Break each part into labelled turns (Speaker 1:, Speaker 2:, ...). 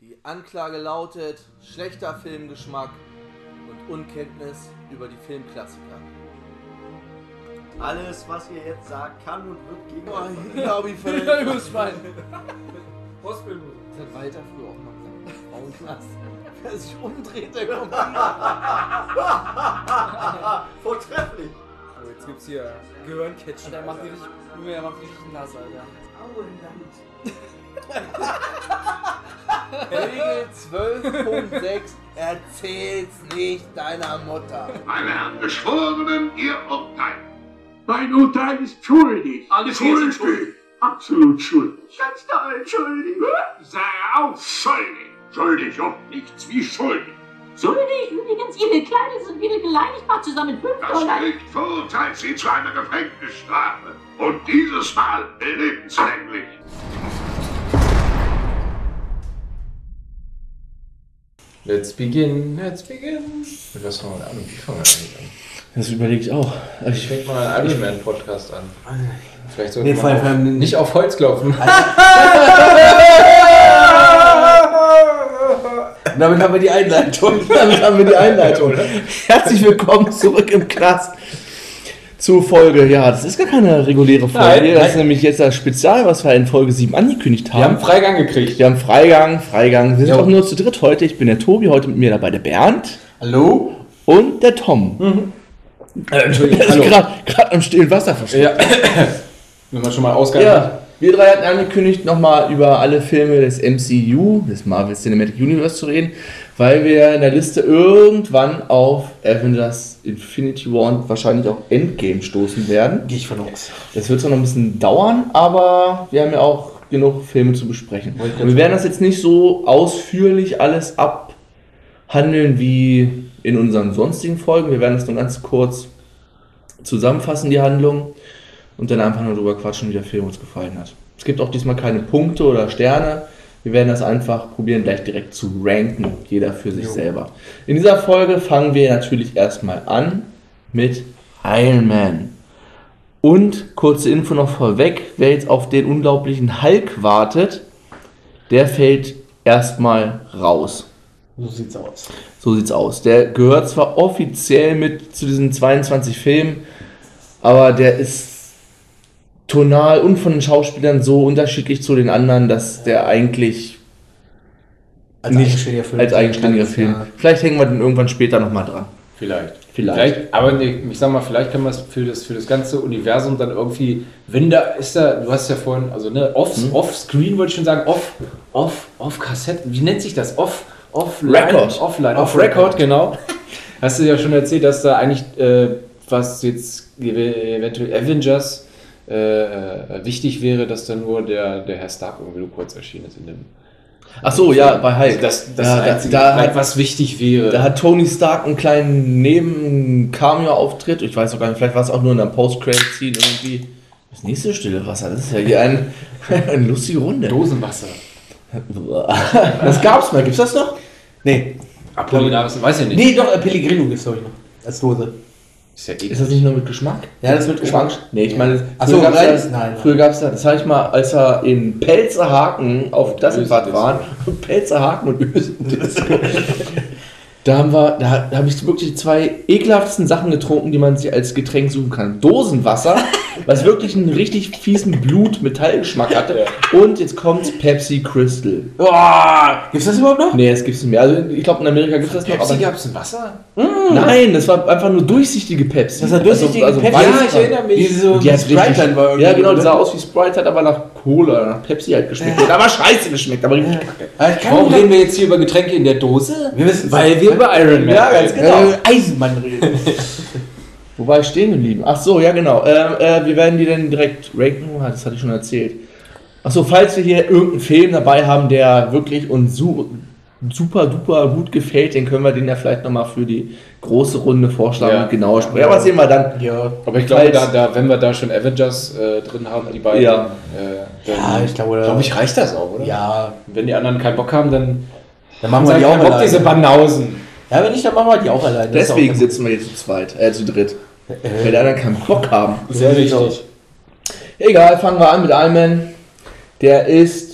Speaker 1: Die Anklage lautet schlechter Filmgeschmack und Unkenntnis über die Filmklassiker.
Speaker 2: Alles, was ihr jetzt sagt, kann und wird gegen
Speaker 1: Boah,
Speaker 2: euch
Speaker 1: Lobby
Speaker 2: verwendet.
Speaker 3: Ja, übers Bein. Postbildung.
Speaker 4: Das hat Walter früher auch mal gesagt. Frauenklasse. Wer sich umdreht, der kommt.
Speaker 2: Vortrefflich!
Speaker 3: Oh, jetzt gibt's hier Gehirncatchen.
Speaker 4: Der macht die richtig, Junge, der macht die richtig nass, Alter.
Speaker 5: Auenland.
Speaker 1: Regel 12.6 Erzähl's nicht deiner Mutter.
Speaker 6: Meine Herren Geschworenen, Ihr Urteil.
Speaker 7: Mein Urteil ist schuldig.
Speaker 6: Alles hier sind schuldig.
Speaker 7: Absolut schuldig.
Speaker 6: Ganz daran schuldig. Sei auch schuldig. Schuldig und nichts wie schuldig.
Speaker 8: Schuldig übrigens, ihre Kleider sind wieder geleinigbar zusammen 5
Speaker 6: Das
Speaker 8: Dollar.
Speaker 6: Gericht verurteilt Sie zu einer Gefängnisstrafe. Und dieses Mal lebenslänglich.
Speaker 9: Let's begin, let's begin. Mit was fangen wir an? Wie fangen wir eigentlich an?
Speaker 10: Das überlege ich auch. Also
Speaker 9: Ich
Speaker 10: ich,
Speaker 9: fängt mal einen Anime Podcast an. Vielleicht sollte
Speaker 10: Nee, vor
Speaker 9: man
Speaker 10: allem- vor
Speaker 9: auf,
Speaker 10: allem-
Speaker 9: nicht auf Holz klopfen.
Speaker 10: Also- damit haben wir die Einleitung. Damit haben wir die Einleitung. Herzlich willkommen zurück im Knast zur Folge. Ja, das ist gar keine reguläre Folge.
Speaker 9: Nein,
Speaker 10: das
Speaker 9: nein.
Speaker 10: ist nämlich jetzt das Spezial, was wir in Folge 7 angekündigt
Speaker 9: Wir
Speaker 10: haben.
Speaker 9: haben Freigang gekriegt.
Speaker 10: Wir haben Freigang, Freigang. Wir sind
Speaker 9: Jo.
Speaker 10: auch nur zu dritt heute. Ich bin der Tobi, heute mit mir dabei der Bernd
Speaker 9: Hallo?
Speaker 10: und der Tom.
Speaker 9: Äh, Entschuldigung,
Speaker 10: Der ist
Speaker 9: hallo.
Speaker 10: Also gerade am stillen Wasser versteckt.
Speaker 9: Ja. Wenn man schon mal Ausgang hat.
Speaker 10: Ja, wir drei hatten angekündigt, nochmal über alle Filme des MCU, des Marvel Cinematic Universe zu reden, weil wir in der Liste irgendwann auf Avengers Infinity War und wahrscheinlich auch Endgame stoßen werden.
Speaker 4: Gehe ich von aus.
Speaker 10: Das wird zwar noch ein bisschen dauern, aber wir haben ja auch genug Filme zu besprechen.
Speaker 9: Wollte ich
Speaker 10: Und wir werden das jetzt nicht so ausführlich alles abhandeln wie in unseren sonstigen Folgen. Wir werden es nur ganz kurz zusammenfassen, die Handlung, und dann einfach nur drüber quatschen, wie der Film uns gefallen hat. Es gibt auch diesmal keine Punkte oder Sterne. Wir werden das einfach probieren, gleich direkt zu ranken, jeder für sich
Speaker 9: Jo.
Speaker 10: selber. In dieser Folge fangen wir natürlich erstmal an mit Iron Man. Und kurze Info noch vorweg, wer jetzt auf den unglaublichen Hulk wartet, der fällt erstmal raus.
Speaker 4: So sieht's aus.
Speaker 10: So sieht's aus. Der gehört zwar offiziell mit zu diesen 22 Filmen, aber der ist tonal und von den Schauspielern so unterschiedlich zu den anderen, dass der eigentlich
Speaker 4: Als
Speaker 10: Nicht
Speaker 4: eigenständiger Film.
Speaker 10: als eigenständiger Film.
Speaker 4: Ja.
Speaker 10: Vielleicht hängen wir den irgendwann später nochmal dran.
Speaker 9: Vielleicht.
Speaker 10: Vielleicht.
Speaker 9: aber nee, ich sag mal, vielleicht kann man es für das, für das ganze Universum dann irgendwie, wenn da ist da, du hast ja vorhin, also ne, off,
Speaker 10: Hm?
Speaker 9: off-screen wollte ich schon sagen, off, off, off Kassette, wie nennt sich das? Off, offline,
Speaker 10: Record.
Speaker 9: offline,
Speaker 10: Off
Speaker 9: off, Record, genau. hast du ja schon erzählt, dass da eigentlich, äh, was jetzt eventuell Avengers äh, äh, wichtig wäre, dass da nur der, der Herr Stark irgendwie nur kurz erschienen ist in dem.
Speaker 10: Ach so, ja, bei Hulk.
Speaker 9: Also das das
Speaker 10: Ja, da-
Speaker 9: Einzige,
Speaker 10: da hat-
Speaker 9: was wichtig wäre.
Speaker 10: Da hat Tony Stark einen kleinen Neben-Cameo-Auftritt. Ich weiß auch gar nicht, vielleicht war es auch nur in der Post-Credit-Scene irgendwie. Das nächste stille Wasser, das ist ja hier ein, eine lustige Runde.
Speaker 9: Dosenwasser.
Speaker 10: Das gab's mal, gibt's das noch?
Speaker 4: Nee.
Speaker 9: Apollinaris, weiß ich nicht.
Speaker 4: Nee, doch, äh, Pellegrino gibt's glaube ich noch. Als Dose.
Speaker 9: Ist ja eh
Speaker 10: Ist das nicht nur mit Geschmack?
Speaker 4: Ja, das wird
Speaker 10: Nee, ich meine,
Speaker 4: Ach so,
Speaker 10: früher gab's
Speaker 4: reines-
Speaker 10: ja,
Speaker 4: nein, nein.
Speaker 10: Früher gab's ja, das habe ich mal, als wir in Pelzerhaken auf das
Speaker 9: Ösen-
Speaker 10: Bad waren, Pelzerhaken und Ösen. Da haben wir, da, da habe ich wirklich die zwei ekelhaftesten Sachen getrunken, die man sich als Getränk suchen kann. Dosenwasser, was wirklich einen richtig fiesen Blut-Metallgeschmack hatte. Und jetzt kommt's Pepsi Crystal.
Speaker 4: Gibt's das überhaupt noch?
Speaker 10: Nee, das gibt's nicht mehr. Also ich glaube in Amerika gibt's das noch,
Speaker 9: Pepsi
Speaker 10: aber.
Speaker 9: gab es ein Wasser?
Speaker 10: Nein, das war einfach nur Hm. durchsichtige Pepsi. Also,
Speaker 4: Das war durchsichtige
Speaker 10: weiß
Speaker 4: Pepsi. Ja, ich
Speaker 10: dran.
Speaker 4: erinnere mich. Die so
Speaker 10: Und die hat
Speaker 4: Sprite
Speaker 10: richtig,
Speaker 4: dann war irgendwie,
Speaker 10: ja, genau, die
Speaker 4: oder?
Speaker 10: sah aus wie Sprite, hat aber nach Cola, oder nach Pepsi halt geschmeckt. Hat aber scheiße geschmeckt, aber richtig kacke.
Speaker 4: Ah, ich kann
Speaker 9: Warum
Speaker 4: nicht-
Speaker 9: reden wir jetzt hier über Getränke in der Dose?
Speaker 4: wir wissen,
Speaker 9: Weil wir über Iron Man
Speaker 4: Ja, ganz
Speaker 9: reden.
Speaker 4: genau.
Speaker 10: Äh,
Speaker 4: Eisenmann reden.
Speaker 10: Wo war ich stehen geblieben? Ach so, ja, genau. Ähm, äh, wir werden die dann direkt ranken. Ah, Das hatte ich schon erzählt. Ach so, falls wir hier irgendeinen Film dabei haben, der wirklich uns su super duper gut gefällt, dann können wir den ja vielleicht nochmal für die große Runde vorschlagen
Speaker 9: Ja.
Speaker 10: und genauer sprechen. Ja, was sehen wir dann?
Speaker 4: ja.
Speaker 9: Aber ich glaube,
Speaker 10: Weil-
Speaker 9: da, da, wenn wir da schon Avengers äh, drin haben, die beiden,
Speaker 10: Ja.
Speaker 9: äh,
Speaker 4: Ja, ich glaube,
Speaker 9: glaube ich, reicht das auch, oder?
Speaker 4: Ja,
Speaker 9: Wenn die anderen keinen Bock haben, dann
Speaker 4: dann machen wir
Speaker 9: Sag,
Speaker 4: die auch
Speaker 9: keinen Bock, diese
Speaker 4: alleine.
Speaker 9: Banausen.
Speaker 4: Ja, wenn nicht, dann machen wir die auch alleine. Das ist
Speaker 10: Deswegen
Speaker 4: auch-
Speaker 10: sitzen wir jetzt zu zweit, äh, zu dritt.
Speaker 4: Äh,
Speaker 10: Weil die anderen keinen Bock haben.
Speaker 9: Sehr wichtig.
Speaker 10: Egal, fangen wir an mit Iron Man. Der ist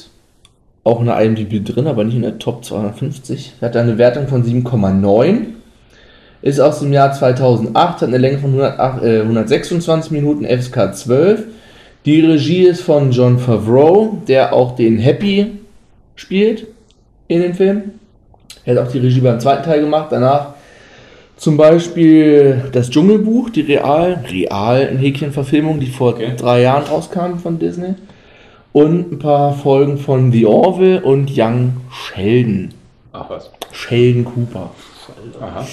Speaker 11: auch in der IMDb drin, aber nicht in der Top 250. Er hat eine Wertung von 7,9. Ist aus dem Jahr 2008, hat eine Länge von 108, äh, 126 Minuten, FSK 12. Die Regie ist von John Favreau, der auch den Happy spielt in dem Film. Er hat auch die Regie beim zweiten Teil gemacht. Danach zum Beispiel das Dschungelbuch, die real, real in Häkchen-Verfilmung, die vor
Speaker 9: Okay.
Speaker 11: drei Jahren rauskam von Disney. Und ein paar Folgen von The Orville und Young Sheldon.
Speaker 9: Ach was.
Speaker 11: Sheldon Cooper.
Speaker 9: Aha.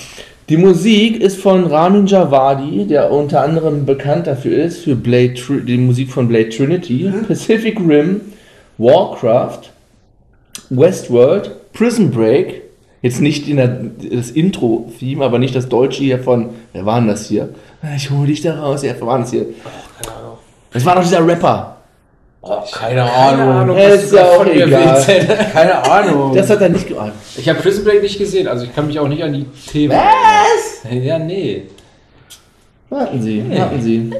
Speaker 11: Die Musik ist von Ramin Javadi, der unter anderem bekannt dafür ist, für Blade Tr die Musik von Blade Trinity, Pacific Rim, Warcraft, Westworld, Prison Break. Jetzt nicht in der, das Intro-Theme, aber nicht das Deutsche hier von, wer war denn das hier? Ich hole dich da raus, ja, wer war denn das hier? Das war doch dieser Rapper.
Speaker 4: Oh,
Speaker 9: Keine Ahnung.
Speaker 11: Ist
Speaker 9: was du da
Speaker 11: ja
Speaker 9: von
Speaker 11: auch
Speaker 9: mir
Speaker 11: egal.
Speaker 9: willst. Keine Ahnung.
Speaker 11: Das hat er nicht gemacht.
Speaker 9: Ich habe Prison Break nicht gesehen, also ich kann mich auch nicht an die Themen. Was? Ja, nee.
Speaker 11: Warten Sie, warten Sie.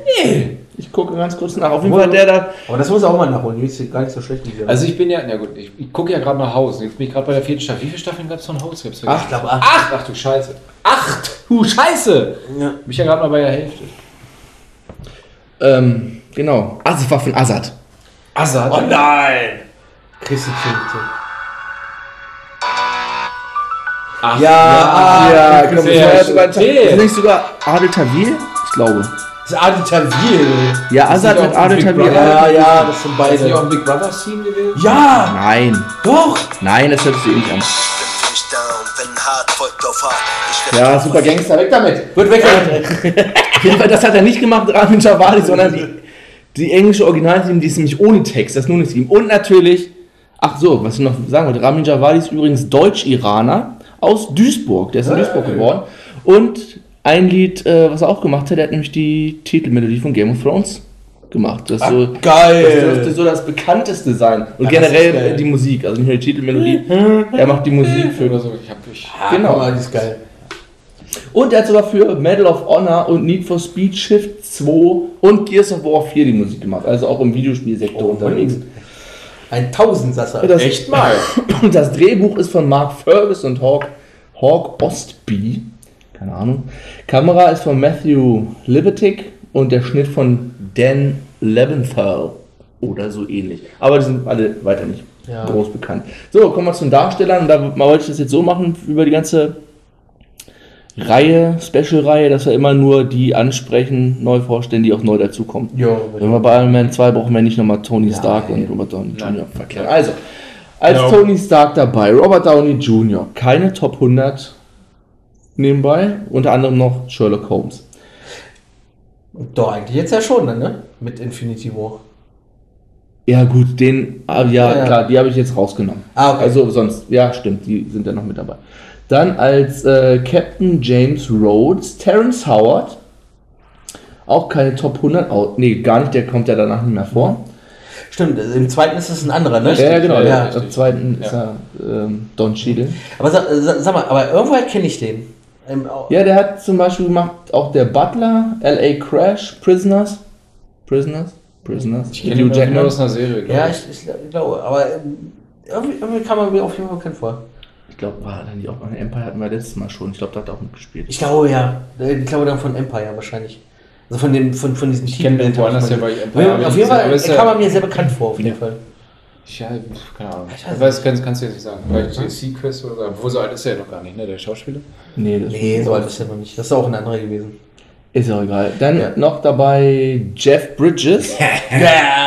Speaker 11: Ich gucke ganz kurz nach. Auf jeden Fall hat der da
Speaker 4: Aber das muss er auch mal nachholen. Die ist gar nicht so schlecht. Die Serie.
Speaker 9: Also ich bin ja, na gut, ich, ich gucke ja gerade nach Haus. Jetzt bin ich gerade bei der vierten Staffel. Wie viele Staffeln gab es von Haus? Gab's
Speaker 4: Ach, ich glaube, ach.
Speaker 9: acht! Ach du Scheiße. Acht! Du Scheiße!
Speaker 4: Ja.
Speaker 9: Bin ich ja gerade mal bei der Hälfte.
Speaker 11: Ähm, genau. Asif war von Assad.
Speaker 9: Assad.
Speaker 11: nein!
Speaker 4: Oh, Kriegst du die
Speaker 9: Ach,
Speaker 11: Ja, ah, ja, ja komm, das,
Speaker 9: sehr
Speaker 11: war ja
Speaker 9: schön.
Speaker 11: sogar,
Speaker 9: Nee.
Speaker 11: ist nicht sogar Adel Tawil? Ich glaube.
Speaker 4: Das ist Adi Tawil.
Speaker 11: Ja,
Speaker 9: Ist
Speaker 11: Assad
Speaker 9: nicht
Speaker 11: hat
Speaker 9: auch
Speaker 11: Adel
Speaker 9: Big
Speaker 11: Tawil.
Speaker 9: Brother?
Speaker 4: Ja, ja, das sind
Speaker 9: Ist das nicht auch
Speaker 4: beide.
Speaker 9: ein Big Brother Scene gewesen?
Speaker 4: Ja,
Speaker 11: Nein,
Speaker 4: doch.
Speaker 11: nein, das hört sich eh nicht an. Ja, super Gangster, weg damit!
Speaker 4: Wird weg. damit.
Speaker 11: Auf jeden Fall, das hat er nicht gemacht, Ramin Javadi, sondern die, die englische Originalteam, die ist nämlich ohne Text, das ist nur eine Team. Und natürlich, ach so, was ich noch sagen wollte, Ramin Javadi ist übrigens Deutsch-Iraner aus Duisburg, der ist
Speaker 4: Ah,
Speaker 11: in Duisburg geboren. Und ein Lied, äh, was er auch gemacht hat, er hat nämlich die Titelmelodie von Game of Thrones gemacht. Das, ist so, das dürfte
Speaker 4: Geil.
Speaker 11: so das bekannteste sein. Und
Speaker 4: Ja, das ist
Speaker 11: generell
Speaker 4: geil.
Speaker 11: die Musik, also nicht nur die Titelmelodie, er macht die Musik für
Speaker 9: Oder so. Ich hab mich.
Speaker 11: genau.
Speaker 4: Genau. Die ist geil.
Speaker 11: Und er hat sogar für Medal of Honor und Need for Speed Shift 2 und Gears of War 4 die Musik gemacht. Also auch im Videospielsektor unterwegs.
Speaker 4: Ein Tausendsasser.
Speaker 11: Das,
Speaker 9: Echt mal.
Speaker 11: Und das Drehbuch ist von Mark Fergus und Hawk, Hawk Ostby. Keine Ahnung. Kamera ist von Matthew Libetic und der Schnitt von Dan Lebenthal. Oder so ähnlich. Aber die sind alle weiter nicht
Speaker 4: Ja.
Speaker 11: groß bekannt. So, kommen wir zu den Darstellern. Da w- wollte ich das jetzt so machen über die ganze Reihe, Special-Reihe, dass wir immer nur die ansprechen, neu vorstellen, die auch neu dazukommen. Wenn
Speaker 4: Jo.
Speaker 11: wir bei Iron Man 2 brauchen wir nicht nochmal Tony Stark und Robert Downey Jr. verkehren. Also, als Tony Stark dabei, Robert Downey Jr., keine Top 100 nebenbei, unter anderem noch Sherlock Holmes.
Speaker 4: Doch, eigentlich jetzt ja schon, ne? Mit Infinity War.
Speaker 11: Ja, gut, den, ah, ja,
Speaker 4: Ja, ja.
Speaker 11: klar, die habe ich jetzt rausgenommen.
Speaker 4: Ah, okay.
Speaker 11: Also, sonst, ja, stimmt, die sind ja noch mit dabei. Dann als äh, Captain James Rhodes, Terrence Howard, auch keine Top 100, au- nee, gar nicht, der kommt ja danach nicht mehr vor.
Speaker 4: Stimmt, im zweiten ist es ein anderer, ne?
Speaker 11: Ja, ja, genau.
Speaker 4: Ja,
Speaker 11: Ja,
Speaker 9: richtig.
Speaker 11: Am zweiten ist
Speaker 9: Ja.
Speaker 11: er ähm, Don Cheadle.
Speaker 4: Aber sag, sag sag mal, aber irgendwo kenne ich den. Ähm, au-
Speaker 11: Ja, der hat zum Beispiel gemacht auch der Butler, L.A. Crash, Prisoners. Prisoners? Prisoners.
Speaker 9: Ich kenne ihn nur aus einer Serie. glaub
Speaker 4: ja ich, ich glaube, aber ähm, irgendwie, irgendwie kam er mir auf jeden Fall bekannt vor.
Speaker 11: Ich glaube, war dann die auch an Empire hatten wir letztes Mal schon. Ich glaube, da hat er auch mitgespielt.
Speaker 4: Ich glaube, ja. Äh, Ich glaube, dann von Empire wahrscheinlich. Also von dem, von, von diesem
Speaker 9: Ich kenne den woanders ja bei Empire.
Speaker 4: Empire. Auf jeden
Speaker 9: Aber
Speaker 4: Fall
Speaker 9: ist ja-
Speaker 4: kam er mir sehr bekannt vor, auf jeden Fall.
Speaker 9: Ich, ja, pf, keine Ahnung. Ich weiß, kannst, kannst du jetzt nicht sagen. Vielleicht mhm. Sequest oder so. Obwohl, so alt ist er ja noch gar nicht, ne? Der Schauspieler.
Speaker 11: Nee, das
Speaker 4: Nee, so alt ist er noch nicht. Das ist auch ein anderer gewesen.
Speaker 11: ist ja auch egal. Dann
Speaker 4: Ja.
Speaker 11: noch dabei Jeff Bridges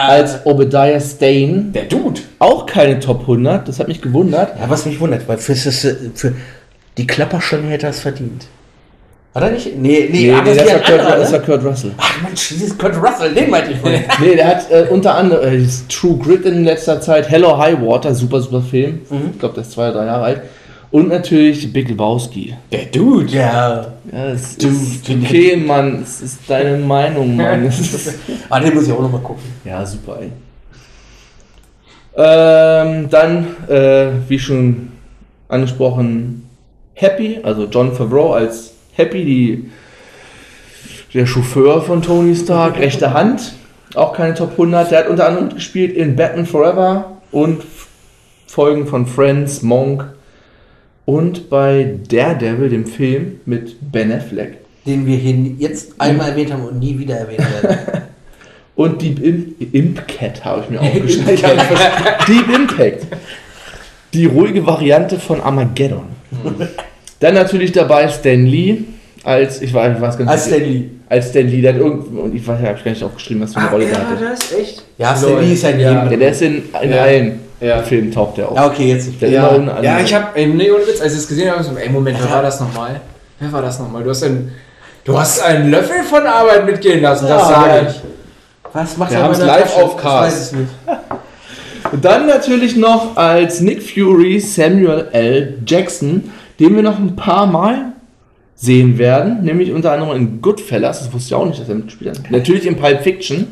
Speaker 11: als Obadiah Stane.
Speaker 9: Der Dude.
Speaker 11: Auch keine Top 100. Das hat mich gewundert.
Speaker 4: Ja, was mich wundert, weil für, für, für die Klapperschlange hätte er es verdient. Hat er nicht? Nee, nee, aber es
Speaker 11: das,
Speaker 4: ist
Speaker 11: war
Speaker 4: ein
Speaker 11: Kurt,
Speaker 4: anderer,
Speaker 11: das
Speaker 4: ne?
Speaker 11: war Kurt Russell.
Speaker 4: Ach Mensch, dieses Kurt Russell, den meinte ich vorhin.
Speaker 11: Nee, der hat äh, unter anderem äh, dieses True Grit in letzter Zeit, Hello High Water, super, super Film. Ich glaube, der ist zwei oder drei Jahre alt. Und natürlich Big Lebowski.
Speaker 9: Der Dude.
Speaker 4: Ja.
Speaker 11: Ja, es
Speaker 4: Du-
Speaker 11: ist
Speaker 4: du-
Speaker 11: okay, Mann, es ist deine Meinung, Mann. Es ist,
Speaker 4: Ah, den muss ich auch nochmal gucken.
Speaker 11: ja, super, ey. Ähm, dann, äh, wie schon angesprochen, Happy, also John Favreau als Happy, die, der Chauffeur von Tony Stark, rechte Hand, auch keine Top 100. Der hat unter anderem gespielt in Batman Forever und Folgen von Friends, Monk und bei Daredevil, dem Film mit Ben Affleck.
Speaker 4: Den wir hier jetzt einmal erwähnt haben und nie wieder erwähnt werden.
Speaker 11: Und Deep Im Imp Cat habe ich mir aufgeschrieben. Deep Impact. Die ruhige Variante von Armageddon. Dann natürlich dabei Stan Lee als, ich weiß, ich weiß ganz
Speaker 4: Als
Speaker 11: nicht-
Speaker 4: Stan Lee.
Speaker 11: Als Stan Lee, der hat irgend, und ich weiß, habe ich gar nicht aufgeschrieben, was für
Speaker 9: Ah,
Speaker 11: eine Rolle der hatte. Der,
Speaker 3: das? Echt?
Speaker 4: Ja, Stan Lee ist ja in
Speaker 9: Ja. halt
Speaker 4: jedem.
Speaker 11: der ist in, in
Speaker 9: Ja.
Speaker 11: allen
Speaker 9: Ja.
Speaker 11: Filmen taucht der auf.
Speaker 4: Ja, okay, jetzt nicht.
Speaker 11: Der
Speaker 9: Ja,
Speaker 11: immer ohne
Speaker 9: ja
Speaker 11: andere.
Speaker 9: ich habe, nee, ohne Witz, als ich es gesehen habe, ich so, ey, Moment, wer war das nochmal? Wer war das nochmal? Du hast einen, du hast einen Löffel von Arbeit mitgehen lassen, das
Speaker 4: Ja,
Speaker 9: sage
Speaker 4: geil.
Speaker 9: ich.
Speaker 4: Was macht
Speaker 9: Wir
Speaker 4: er
Speaker 9: haben's
Speaker 4: mit der
Speaker 9: live
Speaker 4: Tasche?
Speaker 9: auf
Speaker 4: Ich
Speaker 9: Cars.
Speaker 4: weiß es nicht.
Speaker 11: Und dann natürlich noch als Nick Fury Samuel L. Jackson, den wir noch ein paar Mal sehen werden, nämlich unter anderem in Goodfellas, das wusste ich auch nicht, dass er mitgespielt hat. Natürlich in Pulp Fiction,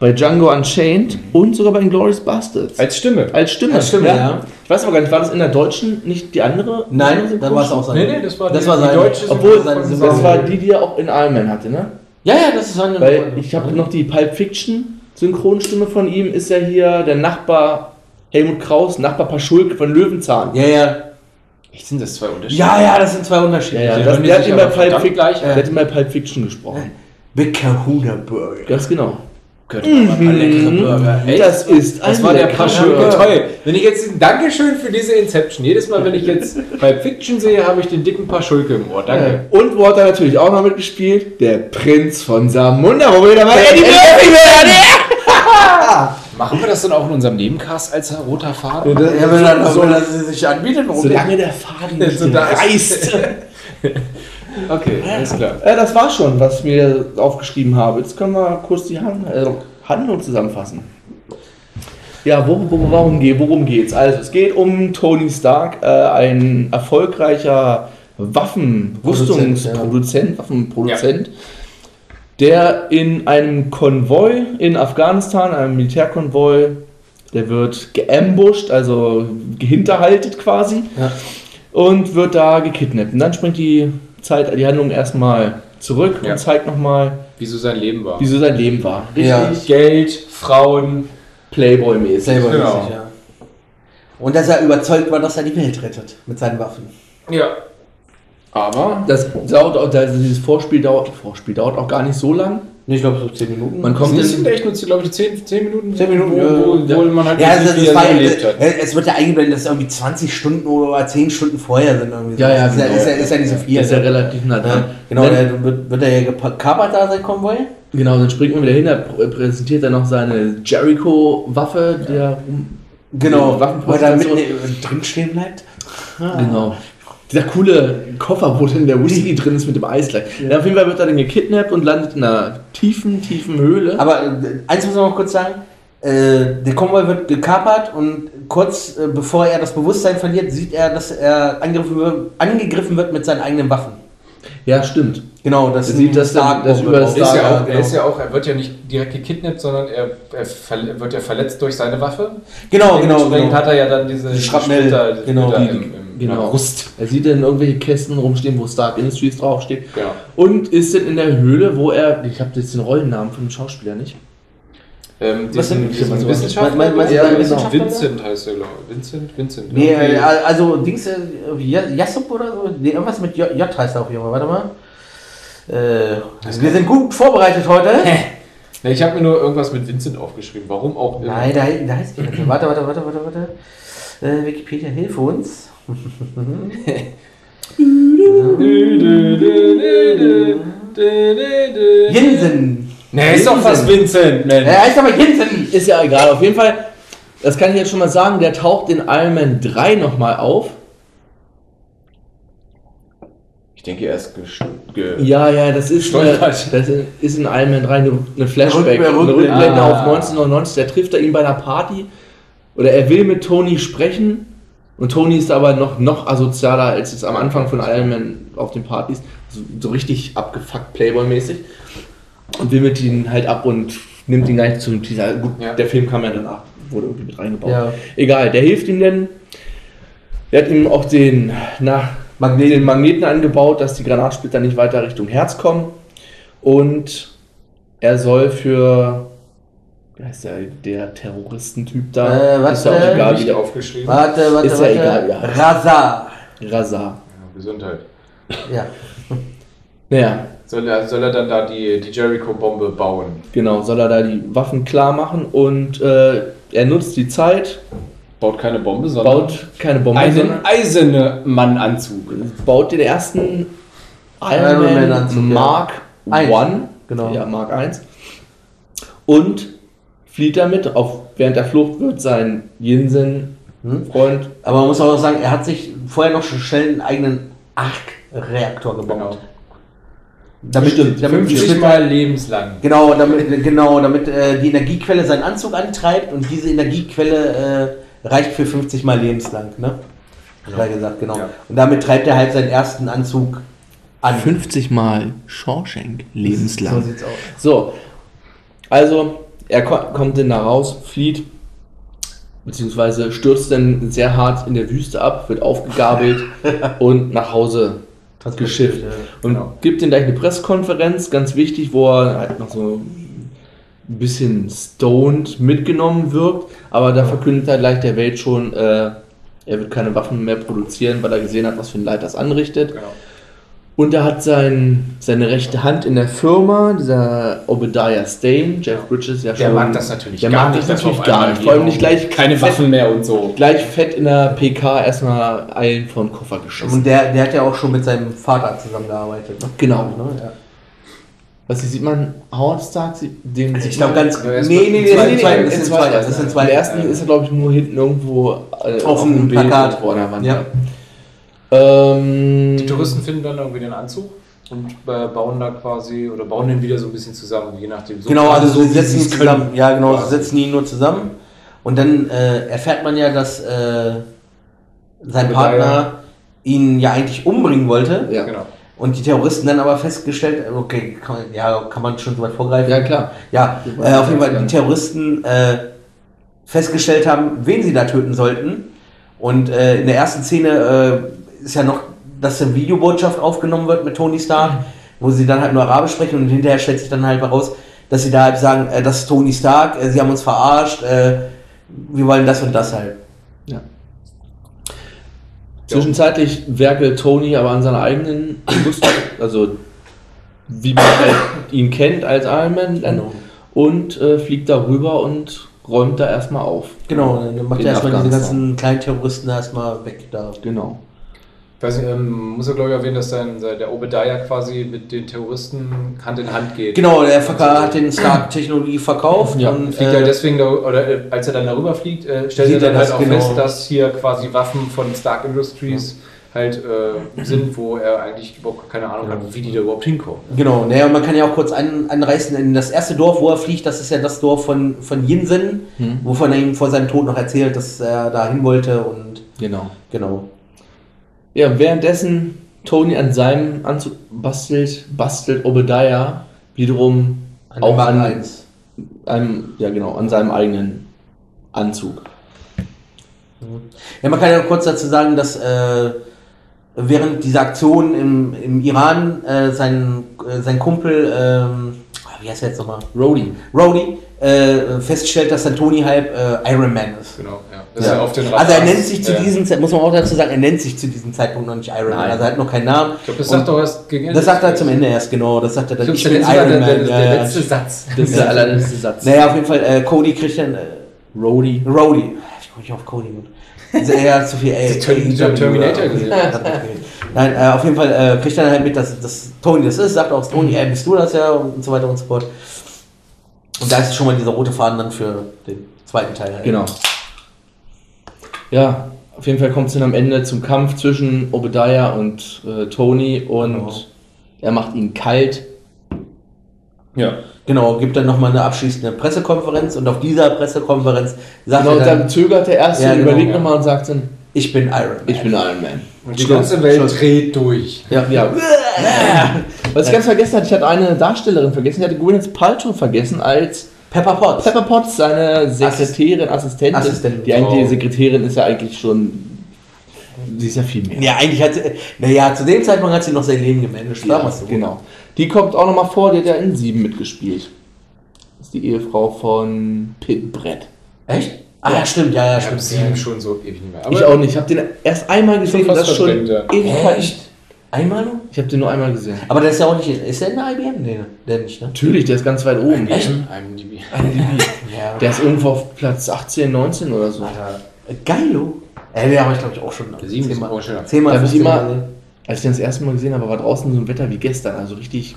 Speaker 11: bei Django Unchained und sogar bei Inglourious Bastards.
Speaker 9: Als Stimme.
Speaker 11: Als Stimme.
Speaker 4: Als Stimme, ja.
Speaker 11: Ich weiß aber gar nicht, war das in der deutschen nicht die andere?
Speaker 4: Nein, dann war es auch sein.
Speaker 3: Nee, nee, das war
Speaker 4: das
Speaker 3: die-
Speaker 4: war
Speaker 3: die
Speaker 4: sein.
Speaker 3: deutsche
Speaker 4: Obwohl,
Speaker 3: Synchron-
Speaker 4: sein-
Speaker 11: Das war die, die er auch in Iron Man hatte, ne?
Speaker 4: Ja, ja, das ist seine
Speaker 11: Weil ich habe noch die Pulp Fiction Synchronstimme von ihm, ist ja hier der Nachbar Helmut Kraus, Nachbar Paschulke von Löwenzahn.
Speaker 4: Ja, ja.
Speaker 9: Echt, sind das zwei Unterschiede?
Speaker 4: Ja, ja, das sind zwei Unterschiede.
Speaker 11: Ja,
Speaker 9: Die
Speaker 11: das,
Speaker 9: hören die
Speaker 11: der, hat
Speaker 9: sich
Speaker 11: ihn bei
Speaker 9: aber
Speaker 11: Pulp
Speaker 9: verdammt
Speaker 11: Fic-
Speaker 9: gleich äh. an.
Speaker 11: der hat ihn bei Pulp Fiction gesprochen.
Speaker 4: Big Kahuna Burger.
Speaker 11: Ganz genau.
Speaker 9: Oh Gott, aber ein paar leckere Burger. Echt?
Speaker 11: Das ist ein
Speaker 9: das Mhm. war der
Speaker 11: leckerer
Speaker 9: Paschulke.
Speaker 11: Burger.
Speaker 9: Toll. Wenn ich jetzt, Dankeschön für diese Inception. Jedes Mal, wenn ich jetzt bei Fiction sehe, habe ich den dicken Paschulke im Ohr. Danke.
Speaker 11: Und wo hat er natürlich auch noch mitgespielt? Der Prinz von Samunda, wo wir dabei Eddie
Speaker 4: Eddie
Speaker 11: Murphy werden!
Speaker 9: Machen wir das dann auch in unserem Nebencast als roter Faden?
Speaker 4: Ja, wenn er so, dass sie sich anbietet, warum nicht?
Speaker 11: Solange der Faden nicht
Speaker 9: So da ist-
Speaker 11: reißt.
Speaker 9: Okay, alles klar.
Speaker 11: Ja, Äh, das war schon, was ich mir aufgeschrieben habe. Jetzt können wir kurz die Han äh, Handlung zusammenfassen. Ja, worum, worum, geht, worum geht's? Also, es geht um Tony Stark, äh, ein erfolgreicher
Speaker 4: Produzent, ja.
Speaker 11: Waffenrüstungsproduzent, Waffenproduzent, der in einem Konvoi in Afghanistan, einem Militärkonvoi, der wird geambushed, also hinterhaltet quasi
Speaker 4: Ja.
Speaker 11: und wird da gekidnappt. Und dann springt die Zeit, die Handlung erstmal zurück
Speaker 9: Ja.
Speaker 11: und zeigt nochmal,
Speaker 9: Wieso sein Leben war.
Speaker 11: wieso sein Leben war.
Speaker 4: Ja.
Speaker 9: Geld, Frauen.
Speaker 11: Playboy-mäßig.
Speaker 4: Selber
Speaker 9: Genau.
Speaker 4: mäßig, ja. Und dass er überzeugt war, dass er die Welt rettet mit seinen Waffen.
Speaker 9: Ja. Aber
Speaker 11: Das dauert, auch- also dieses Vorspiel dauert, Vorspiel dauert auch gar nicht so lang.
Speaker 4: Ich glaube so 10 Minuten.
Speaker 11: Man kommt
Speaker 9: das
Speaker 11: in,
Speaker 9: sind echt nur, glaube ich, 10, Minuten,
Speaker 4: Zehn Minuten,
Speaker 9: wo,
Speaker 4: ja.
Speaker 9: wo, wo man halt
Speaker 4: ja,
Speaker 9: ja,
Speaker 4: also
Speaker 9: sieht, wie er
Speaker 4: das war,
Speaker 9: so gelebt hat.
Speaker 4: es wird ja eingeblendet, dass irgendwie 20 Stunden oder 10 Stunden vorher sind. Irgendwie so.
Speaker 11: Ja, ja,
Speaker 4: Das ist, ja,
Speaker 11: genau.
Speaker 4: ist, ja, ist ja nicht so viel.
Speaker 11: das ist ja relativ ne? nah dran.
Speaker 4: Ja, genau,
Speaker 11: dann,
Speaker 4: der, wird, wird er ja gekapert da, sein Konvoi?
Speaker 11: genau, dann springt man wieder hin, er prä- präsentiert dann noch seine Jericho-Waffe, der rum-
Speaker 4: Genau,
Speaker 11: Waffenpost-
Speaker 4: weil er
Speaker 11: so-
Speaker 4: mitten im- drin stehen bleibt.
Speaker 11: Genau. Dieser coole Koffer, wo denn der Whisky drin ist mit dem Eis gleich. Ja, auf jeden Fall wird er dann gekidnappt und landet in einer tiefen, tiefen Höhle.
Speaker 4: Aber äh, eins muss man noch kurz sagen. Äh, der Konvoi wird gekapert und kurz äh, bevor er das Bewusstsein verliert, sieht er, dass er angegriffen wird, angegriffen wird mit seinen eigenen Waffen.
Speaker 11: Ja, stimmt.
Speaker 4: Genau, das
Speaker 11: Er sieht,
Speaker 4: ein
Speaker 11: dass der-
Speaker 4: Stark-
Speaker 11: dass über das
Speaker 9: Er ist, ja
Speaker 11: Stark-
Speaker 9: auch,
Speaker 4: genau.
Speaker 9: er ist ja auch, er wird ja nicht direkt gekidnappt, sondern er, er verle- wird ja verletzt durch seine Waffe.
Speaker 4: Genau, genau,
Speaker 9: Dementsprechend
Speaker 4: genau.
Speaker 9: hat er ja dann diese
Speaker 4: Die Schrapnell,
Speaker 9: Splitter- die
Speaker 4: genau.
Speaker 9: Splitter
Speaker 11: Die-
Speaker 9: im, im,
Speaker 11: genau.
Speaker 9: in der Brust.
Speaker 11: Er sieht dann irgendwelche Kästen rumstehen, wo Stark Industries draufsteht.
Speaker 9: Genau.
Speaker 11: Und ist dann in der Höhle, wo er. Ich habe jetzt den Rollennamen von dem Schauspieler nicht.
Speaker 9: Ähm,
Speaker 4: Was
Speaker 9: diesen,
Speaker 4: denn?
Speaker 9: diesen
Speaker 4: Was-
Speaker 9: Wissenschaftler,
Speaker 4: was- was-
Speaker 9: ja,
Speaker 4: was-
Speaker 9: genau.
Speaker 4: Wissenschaftler?
Speaker 9: Vincent heißt er, glaube ich. Vincent, Vincent.
Speaker 4: Nee,
Speaker 9: irgendwie.
Speaker 4: äh, also Dings, äh, Ja- Jassop oder so, nee, irgendwas mit J, J heißt er auf jeden Fall, warte mal. Äh, wir sind gut vorbereitet heute.
Speaker 9: Nee, ich habe mir nur irgendwas mit Vincent aufgeschrieben. Warum auch immer.
Speaker 4: Nein, da, da heißt die ganze. Warte, warte, warte, warte, warte. Äh, Wikipedia, hilf uns. Jensen.
Speaker 9: Nee, ist doch fast Vincent, Mensch.
Speaker 4: Er heißt aber Jensen.
Speaker 11: Ist ja egal. Auf jeden Fall, das kann ich jetzt schon mal sagen, der taucht in Iron Man 3 nochmal auf.
Speaker 9: Ich denke, er ist gest- ge
Speaker 11: Ja, ja, das ist, eine, das
Speaker 9: Stolpert.
Speaker 11: ist in Iron Man 3 eine, eine Flashback,
Speaker 4: Eine
Speaker 11: eine
Speaker 4: Rückblende.
Speaker 11: Rückblende
Speaker 9: Ah.
Speaker 11: auf 1990. Der trifft er ihn bei einer Party oder er will mit Tony sprechen und Tony ist aber noch, noch asozialer als es am Anfang von Iron Man auf den Partys. So, so richtig abgefuckt Playboy-mäßig und will mit ihm halt ab und nimmt ihn gar nicht zu dieser. Gut,
Speaker 9: Ja.
Speaker 11: der Film kam ja danach, wurde irgendwie mit reingebaut.
Speaker 4: Ja.
Speaker 11: Egal, der hilft ihm denn. Der hat ihm auch den, na, den Magneten angebaut, dass die Granatsplitter nicht weiter Richtung Herz kommen. Und er soll für wie heißt der, der Terroristentyp da?
Speaker 4: Äh,
Speaker 11: ist
Speaker 4: was
Speaker 11: ja auch
Speaker 4: äh,
Speaker 11: egal, wie
Speaker 3: Nicht
Speaker 11: der
Speaker 3: aufgeschrieben.
Speaker 4: Warte, warte,
Speaker 11: Ist ja
Speaker 4: warte.
Speaker 11: egal, ja.
Speaker 4: Rasa.
Speaker 11: Rasar.
Speaker 9: Ja, Gesundheit.
Speaker 4: Ja.
Speaker 11: Naja,
Speaker 9: Soll er, soll er dann da die, die Jericho-Bombe bauen?
Speaker 11: genau, soll er da die Waffen klar machen und äh, er nutzt die Zeit,
Speaker 9: Baut keine Bombe, sondern
Speaker 11: baut keine Bombe,
Speaker 9: Um einen
Speaker 11: sondern
Speaker 9: eisernen Mann-Anzug.
Speaker 11: baut den ersten Iron,
Speaker 4: Iron Man
Speaker 11: Man,
Speaker 4: Anzug, ja.
Speaker 11: Mark
Speaker 4: Eins,
Speaker 11: 1,
Speaker 4: genau.
Speaker 11: ja, Mark 1 und flieht damit, auf, während der Flucht wird sein Jensen
Speaker 4: Hm?
Speaker 11: Freund
Speaker 4: Aber man muss auch sagen, er hat sich vorher noch schon schnell einen eigenen Arc-Reaktor gebaut.
Speaker 9: Genau.
Speaker 4: Damit, damit die
Speaker 9: 50
Speaker 4: Splitter,
Speaker 9: Mal lebenslang.
Speaker 4: genau, damit, genau, damit äh, die Energiequelle seinen Anzug antreibt und diese Energiequelle äh, reicht für 50 Mal lebenslang, ne? Hat er gesagt, genau.
Speaker 3: Ja.
Speaker 4: Und damit treibt er halt seinen ersten Anzug an.
Speaker 11: 50 Mal Shawshank
Speaker 4: So
Speaker 11: lebenslang.
Speaker 4: sieht's aus.
Speaker 11: So, also er ko kommt denn da raus, flieht, beziehungsweise stürzt dann sehr hart in der Wüste ab, wird aufgegabelt und nach Hause geschifft. Und
Speaker 9: Genau.
Speaker 11: gibt dann gleich eine Pressekonferenz, ganz wichtig, wo er halt noch so ein bisschen stoned mitgenommen wirkt, aber da verkündet er gleich der Welt schon, äh, er wird keine Waffen mehr produzieren, weil er gesehen hat, was für ein Leid das anrichtet.
Speaker 3: Genau.
Speaker 11: Und er hat sein, seine rechte Hand in der Firma, dieser Obadiah Stane, Jeff Bridges ja schon.
Speaker 9: Der mag das natürlich
Speaker 11: der
Speaker 9: gar
Speaker 11: mag
Speaker 9: nicht.
Speaker 11: das
Speaker 9: dass
Speaker 11: natürlich
Speaker 9: auf einmal
Speaker 11: gar nicht. Vor allem
Speaker 9: hier
Speaker 11: nicht gleich,
Speaker 9: Keine Waffen mehr und so.
Speaker 11: gleich fett in der PK erstmal einen von Koffer
Speaker 4: Und
Speaker 11: geschossen.
Speaker 4: der, der hat ja auch schon mit seinem Vater zusammengearbeitet. Ne?
Speaker 11: Genau.
Speaker 4: Ne? Ja.
Speaker 11: Was hier sieht man? Howard Stark, sieht- den
Speaker 4: Also Ich glaube ganz.
Speaker 3: Ja, erst
Speaker 4: nee,
Speaker 3: mal-
Speaker 4: nee, nee,
Speaker 3: im
Speaker 4: das
Speaker 3: zweiten-
Speaker 4: ist ein zweiter. Das ist ein zweiter. Das ist ein
Speaker 11: Beim
Speaker 4: zweiter.
Speaker 11: ersten ist er, glaube ich, nur hinten irgendwo äh,
Speaker 4: Auf dem
Speaker 11: einem
Speaker 4: Plakat.
Speaker 11: vor der Wand.
Speaker 4: Ja.
Speaker 11: Ähm,
Speaker 9: Die Touristen finden dann irgendwie den Anzug und äh, bauen da quasi oder bauen den wieder so ein bisschen zusammen, je nachdem. So
Speaker 4: genau, also so,
Speaker 9: wie
Speaker 4: sie setzen
Speaker 9: sie's
Speaker 4: ihn zusammen.
Speaker 9: können.
Speaker 4: Ja, genau, sie
Speaker 9: Quasi.
Speaker 4: setzen ihn nur zusammen. Und dann äh, erfährt man ja, dass äh, sein
Speaker 9: Obadiah.
Speaker 4: Partner ihn ja eigentlich umbringen wollte.
Speaker 11: ja.
Speaker 9: Genau.
Speaker 4: Und die Terroristen dann aber festgestellt, okay, kann man, ja, kann man schon so weit vorgreifen.
Speaker 11: ja, klar.
Speaker 4: Ja,
Speaker 11: Die
Speaker 4: äh, auf jeden Fall
Speaker 11: Waffen-
Speaker 4: die Terroristen äh, festgestellt haben, wen sie da töten sollten. Und äh, in der ersten Szene äh, ist ja noch, dass eine Videobotschaft aufgenommen wird mit Tony Stark, wo sie dann halt nur Arabisch sprechen und hinterher stellt sich dann halt heraus, dass sie da halt sagen, äh, das ist Tony Stark, äh, sie haben uns verarscht, äh, wir wollen das und das halt.
Speaker 11: Zwischenzeitlich werkelt Tony aber an seiner eigenen Lust, also wie man halt ihn kennt als Iron Man, und äh, fliegt da rüber und räumt da erstmal auf.
Speaker 4: Genau, dann macht
Speaker 11: In
Speaker 4: er erstmal diese
Speaker 11: Afghanistan.
Speaker 4: ganzen kleinen Terroristen erstmal weg da.
Speaker 11: Genau.
Speaker 9: Ich weiß nicht, ähm, muss ja glaube ich erwähnen, dass sein, sein- der Obadiah quasi mit den Terroristen Hand in Hand geht.
Speaker 4: Genau, der Verka hat den Stark-Technologie verkauft
Speaker 11: Ja,
Speaker 4: und
Speaker 9: Fliegt halt
Speaker 4: äh,
Speaker 9: deswegen, da, oder äh, als er dann darüber fliegt, äh, stellt
Speaker 4: Sieht
Speaker 9: er dann
Speaker 4: er
Speaker 9: halt
Speaker 4: das,
Speaker 9: auch
Speaker 4: genau.
Speaker 9: fest, dass hier quasi Waffen von Stark Industries halt äh, sind, wo er eigentlich überhaupt keine Ahnung hat, wie die da überhaupt hinkommen.
Speaker 4: Genau, naja, man kann ja auch kurz an, anreißen, in das erste Dorf, wo er fliegt, das ist ja das Dorf von, von Jinsen,
Speaker 11: Hm.
Speaker 4: wovon er ihm vor seinem Tod noch erzählt, dass er da hin wollte und
Speaker 11: Genau.
Speaker 4: genau.
Speaker 11: Ja, währenddessen Tony an seinem Anzug bastelt, bastelt Obadiah wiederum
Speaker 4: An
Speaker 11: auch
Speaker 4: Mark
Speaker 11: an,
Speaker 4: eins.
Speaker 11: einem, ja genau, an seinem eigenen Anzug.
Speaker 4: Ja, man kann ja kurz dazu sagen, dass äh, während dieser Aktion im, im Iran äh, sein, äh, sein Kumpel, ähm, ah, wie heißt er jetzt nochmal?
Speaker 11: Rhodey.
Speaker 4: Rowdy, äh, feststellt, dass dann Tony halb äh, Iron Man ist.
Speaker 9: Genau, ja. Dass
Speaker 11: Ja.
Speaker 9: er auf den Radar
Speaker 4: Also er nennt
Speaker 9: ist.
Speaker 4: sich zu
Speaker 9: Ja.
Speaker 4: diesem Zeitpunkt, muss man auch dazu sagen, er nennt sich zu diesem Zeitpunkt noch nicht Iron Man,
Speaker 11: Nein.
Speaker 4: also er hat noch keinen Namen.
Speaker 9: Ich glaube, das
Speaker 4: Und-
Speaker 9: sagt er erst gegen Ende.
Speaker 4: Das sagt er zum Ende erst, genau. Das sagt er
Speaker 9: Ich
Speaker 4: dann,
Speaker 9: glaube,
Speaker 4: ich
Speaker 9: der
Speaker 4: bin
Speaker 9: letzte, war
Speaker 4: Iron
Speaker 9: der,
Speaker 4: Man.
Speaker 9: der,
Speaker 4: ja,
Speaker 9: der
Speaker 4: ja.
Speaker 9: letzte Satz.
Speaker 11: Das ist der allerletzte Satz.
Speaker 4: Naja, auf jeden Fall, äh, Cody kriegt dann äh,
Speaker 11: Rhodey.
Speaker 4: Rhodey. Ich komme nicht auf Cody mit. Er hat zu viel ey,
Speaker 9: Der Termin-
Speaker 4: ey,
Speaker 9: der Terminator
Speaker 4: ey,
Speaker 9: gesehen.
Speaker 4: das hat mich gefehlt. Nein, äh, auf jeden Fall äh, kriegt dann halt mit, dass, dass Tony das ist, sagt auch
Speaker 9: Mhm.
Speaker 4: Tony, ey, bist du das ja und so weiter und so fort. Und da ist schon mal dieser rote Faden dann für den zweiten Teil. Halt.
Speaker 11: Genau. Ja, auf jeden Fall kommt es dann am Ende zum Kampf zwischen Obadiah und äh, Tony und
Speaker 4: Genau.
Speaker 11: er macht ihn kalt.
Speaker 9: Ja.
Speaker 4: Genau, gibt dann nochmal eine abschließende Pressekonferenz und auf dieser Pressekonferenz sagt
Speaker 11: Genau,
Speaker 4: er dann,
Speaker 11: dann zögert er erst
Speaker 4: Ja,
Speaker 11: und
Speaker 4: genau,
Speaker 11: überlegt
Speaker 9: ja.
Speaker 11: nochmal und sagt dann,
Speaker 4: ich bin Iron Man.
Speaker 11: ich bin Iron Man.
Speaker 9: Und die ganze Welt dreht durch.
Speaker 4: ja, ja.
Speaker 11: Ja. Was ich ganz vergessen hatte, ich hatte eine Darstellerin vergessen, ich hatte Gwyneth Paltrow vergessen als
Speaker 4: Pepper Potts.
Speaker 11: Pepper Potts, seine Sekretärin, Assistentin.
Speaker 4: Assistentin.
Speaker 11: Die eigentliche
Speaker 9: Oh.
Speaker 11: Sekretärin ist ja eigentlich schon, sie ist ja viel mehr.
Speaker 4: Ja, eigentlich hat sie, naja, zu dem Zeitpunkt hat sie noch sein Leben gemanagt, sagen wir's so.
Speaker 11: Genau. Die kommt auch nochmal vor, die hat ja in 7 mitgespielt. Ist die Ehefrau von Pit Brett.
Speaker 4: Echt? Ah, ja, stimmt, ja, ja,
Speaker 9: Ich habe
Speaker 4: stimmt.
Speaker 9: sieben schon so ewig nicht mehr. Aber
Speaker 11: ich auch nicht. Ich habe den erst einmal gesehen,
Speaker 9: fast
Speaker 11: das ist schon
Speaker 9: verdrängt, ja.
Speaker 11: Ewigkeiten.
Speaker 4: Echt? Einmal nur?
Speaker 11: Ich habe den nur einmal gesehen.
Speaker 4: Aber der ist ja auch nicht. Ist der in der IBM? Nee, der nicht, ne?
Speaker 11: Natürlich, der ist ganz weit oben.
Speaker 9: IMDb.
Speaker 4: Ja.
Speaker 11: Der ist irgendwo auf Platz 18, 19 oder so.
Speaker 4: Alter. Geilo. Ey, den habe ich, glaube ich, auch schon.
Speaker 9: Sieben ist
Speaker 4: zehnmal.
Speaker 9: auch schöner.
Speaker 4: Zehnmal. ne?
Speaker 11: Da hab ich
Speaker 4: 15
Speaker 11: immer-
Speaker 4: gesehen.
Speaker 11: Als ich den das erste Mal gesehen habe, war draußen so ein Wetter wie gestern, also richtig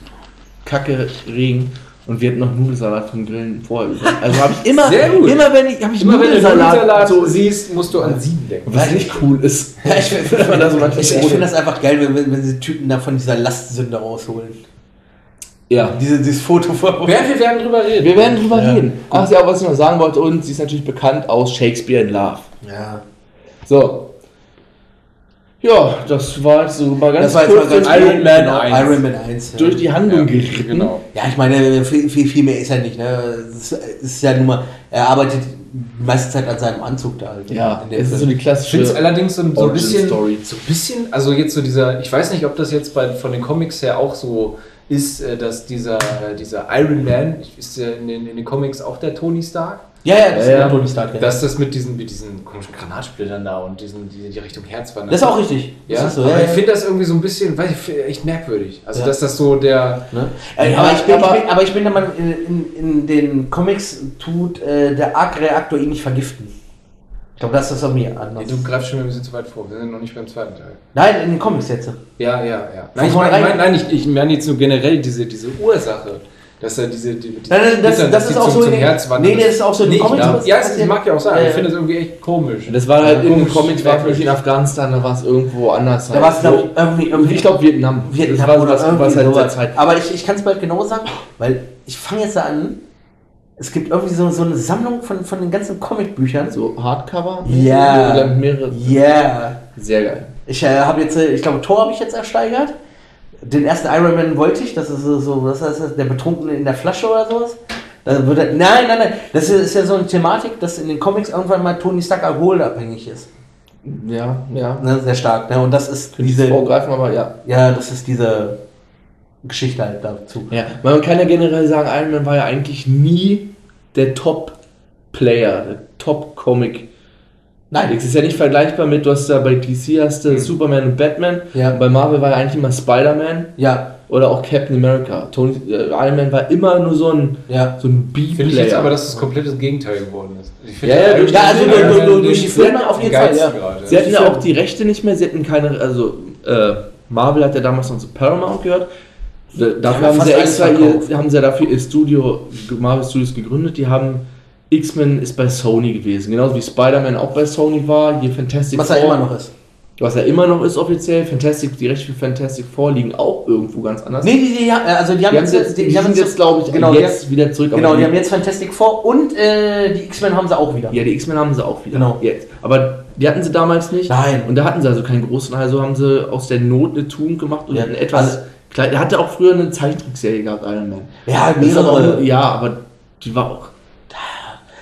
Speaker 11: kacke Regen. Und wir hatten noch Nudelsalat vom Grillen vorher über. Also habe ich immer,
Speaker 9: Sehr gut.
Speaker 11: immer wenn ich, hab ich
Speaker 9: Immer wenn du
Speaker 11: Nudelsalat,
Speaker 9: Nudelsalat
Speaker 11: so,
Speaker 9: so siehst, musst du an sieben denken.
Speaker 11: was nicht cool ist.
Speaker 4: Ja, ich find-
Speaker 11: Wenn man da so manche
Speaker 4: Ich, ich
Speaker 11: Brot-
Speaker 4: finde das einfach geil, wenn, wenn, wenn sie Typen da von dieser Lastsünde rausholen.
Speaker 11: ja.
Speaker 4: Diese, dieses Foto von.
Speaker 9: Wer- wir werden drüber reden.
Speaker 11: Wir werden drüber
Speaker 4: Ja.
Speaker 11: reden. Ach ja, was ich noch sagen wollte, und sie ist natürlich bekannt aus Shakespeare in Love.
Speaker 4: Ja.
Speaker 11: So. Ja, das war jetzt so mal
Speaker 4: Das
Speaker 11: ganz
Speaker 4: war jetzt mal
Speaker 11: kurz
Speaker 4: ganz
Speaker 11: durch die-
Speaker 9: Iron Man
Speaker 4: genau,
Speaker 9: 1.
Speaker 4: Iron Man 1. Ja.
Speaker 11: durch die Handlung
Speaker 9: Ja,
Speaker 4: Hm?
Speaker 11: geritten.
Speaker 9: Genau.
Speaker 4: ja, ich meine, viel, viel, viel mehr ist ja nicht. Ne? Es ist, es ist ja nun mal, er arbeitet die meiste Zeit an seinem Anzug da. Halt,
Speaker 11: Ja,
Speaker 4: In der
Speaker 11: es ist so
Speaker 4: Film.
Speaker 11: die
Speaker 9: Ich finde es
Speaker 11: klassische.
Speaker 9: allerdings so, ein- so ein
Speaker 11: Origin
Speaker 9: bisschen,
Speaker 11: Story.
Speaker 9: so ein bisschen, also jetzt so dieser, ich weiß nicht, ob das jetzt bei, von den Comics her auch so ist, äh, dass dieser, äh, dieser Iron Man, ist der in den, in den Comics auch der Tony Stark?
Speaker 4: ja, ja, das
Speaker 11: Ja,
Speaker 4: ist
Speaker 11: ja.
Speaker 4: ja. Tony Stark. Ja. Das,
Speaker 9: Dass das mit diesen, mit diesen komischen Granatsplittern da und diesen, die, die Richtung Herz wandern.
Speaker 4: ist auch richtig.
Speaker 9: Ja,
Speaker 4: das ist so,
Speaker 9: aber
Speaker 4: ja,
Speaker 9: ich
Speaker 4: ja.
Speaker 9: finde das irgendwie so ein bisschen, weiß ich, echt merkwürdig. Also,
Speaker 4: Ja.
Speaker 9: dass das so der.
Speaker 4: Ne? Äh,
Speaker 11: Ja,
Speaker 4: aber, ich bin,
Speaker 11: aber-
Speaker 4: aber, ich bin, aber ich bin der Meinung, in, in, in den Comics tut äh, der Arc-Reaktor ihn nicht vergiften. Ich glaube, das ist auch mir anders.
Speaker 9: Nee, du greifst schon wieder ein bisschen zu weit vor. Wir sind noch nicht beim zweiten Teil.
Speaker 4: Nein, in den Comics jetzt.
Speaker 9: Ja, ja, ja. Nein, ich
Speaker 4: vornherein-
Speaker 9: meine mein, nein, ich, ich meine jetzt nur generell diese, diese Ursache, dass er diese. Die, mit diesen
Speaker 4: Nein, das,
Speaker 9: Splittern,
Speaker 4: das,
Speaker 9: dass
Speaker 4: das ist
Speaker 9: die
Speaker 4: auch
Speaker 9: zum,
Speaker 4: so in
Speaker 9: zum
Speaker 4: den,
Speaker 9: Herz wandern.
Speaker 4: Nee, das ist auch so in
Speaker 9: Nee,
Speaker 4: den
Speaker 9: ich,
Speaker 4: Comics.
Speaker 9: glaub,
Speaker 4: was
Speaker 9: ja, es- ich
Speaker 4: passiert.
Speaker 9: mag ja auch sagen,
Speaker 4: Äh,
Speaker 9: ich finde das irgendwie echt komisch.
Speaker 11: Das war halt
Speaker 9: Ja,
Speaker 11: in den
Speaker 9: komisch,
Speaker 11: Comics, war vielleicht in
Speaker 9: merkwürdig.
Speaker 11: Afghanistan, da war es irgendwo anders.
Speaker 4: da war es, glaube ich, irgendwie, irgendwie
Speaker 11: ich glaube Vietnam.
Speaker 4: Vietnam
Speaker 11: das war so
Speaker 4: oder
Speaker 11: was,
Speaker 4: irgendwie
Speaker 11: was halt der
Speaker 4: sowas.
Speaker 11: Zeit.
Speaker 4: Aber ich, ich kann es bald genau sagen, weil ich fange jetzt da an. Es gibt irgendwie so, so eine Sammlung von, von den ganzen Comicbüchern.
Speaker 11: So Hardcover?
Speaker 4: Ja.
Speaker 11: Oder mehrere.
Speaker 4: Yeah.
Speaker 11: Sehr geil.
Speaker 4: Ich äh, habe jetzt, äh, ich glaube, Thor habe ich jetzt ersteigert. Den ersten Iron Man wollte ich, das ist so- so, was heißt das, der Betrunkene in der Flasche oder sowas. Da wird er, nein, nein, nein, das ist, ist ja so eine Thematik, dass in den Comics irgendwann mal Tony Stark alkoholabhängig ist.
Speaker 11: Ja, ja.
Speaker 4: Ne, sehr stark, ne? Und das ist
Speaker 11: Könnte ich
Speaker 4: diese,
Speaker 11: vorgreifen, aber ja.
Speaker 4: ja, das ist diese Geschichte halt dazu.
Speaker 11: ja. Man kann ja generell sagen, Iron Man war ja eigentlich nie der Top-Player, der Top-Comic.
Speaker 4: Nein, Hm.
Speaker 11: Es ist ja nicht vergleichbar mit, du hast da bei DC hast du Superman und Batman.
Speaker 4: Ja.
Speaker 11: Und bei Marvel war ja eigentlich immer Spider-Man
Speaker 4: ja,
Speaker 11: oder auch Captain America. Tony, äh, Iron Man war immer nur so ein,
Speaker 4: ja.
Speaker 11: so ein B-Player.
Speaker 9: Finde ich jetzt aber, dass das komplett das Gegenteil geworden ist. Ich finde
Speaker 11: Ja, ja,
Speaker 9: Iron
Speaker 11: durch-
Speaker 9: Man-
Speaker 11: ja, also
Speaker 9: Iron
Speaker 11: durch-
Speaker 9: Man
Speaker 4: durch-
Speaker 9: den-
Speaker 4: durch die Filme auf
Speaker 9: den
Speaker 4: jeden Fall,
Speaker 9: geilsten
Speaker 4: ja.
Speaker 9: gerade.
Speaker 11: Sie hatten ja auch die Rechte nicht mehr, sie hatten keine, also äh, Marvel hat ja damals noch zu Paramount gehört. Da- Dafür haben,
Speaker 4: fast
Speaker 11: sie
Speaker 4: alles
Speaker 11: extra
Speaker 4: verkauft.
Speaker 11: ihr, haben sie ja dafür ihr Studio, Marvel Studios gegründet, die haben X-Men ist bei Sony gewesen, genauso wie Spider-Man auch bei Sony war, hier Fantastic
Speaker 4: Was er immer noch ist.
Speaker 11: was ja immer noch ist offiziell, Fantastic, die Rechte für Fantastic Four liegen auch irgendwo ganz anders.
Speaker 4: Nee, die, die, also die haben
Speaker 11: die haben jetzt, die, sind jetzt, glaube ich,
Speaker 4: genau,
Speaker 11: jetzt wieder zurück.
Speaker 4: die,
Speaker 11: aber
Speaker 4: genau, die
Speaker 11: die-
Speaker 4: haben jetzt Fantastic Four und äh, die X-Men haben sie auch wieder.
Speaker 11: ja, die X-Men haben sie auch wieder.
Speaker 4: Genau.
Speaker 11: Jetzt. Aber die hatten sie damals nicht.
Speaker 4: Nein.
Speaker 11: Und da hatten sie also keinen großen. Also haben sie aus der Not eine Tugend gemacht und
Speaker 4: Ja,
Speaker 11: einen etwas.
Speaker 4: also-
Speaker 11: klein, der hatte auch früher eine Zeichentrickserie gehabt, Iron Man.
Speaker 4: Ja,
Speaker 11: Das ist aber auch
Speaker 4: mehrere.
Speaker 11: nur- ja, aber die war auch.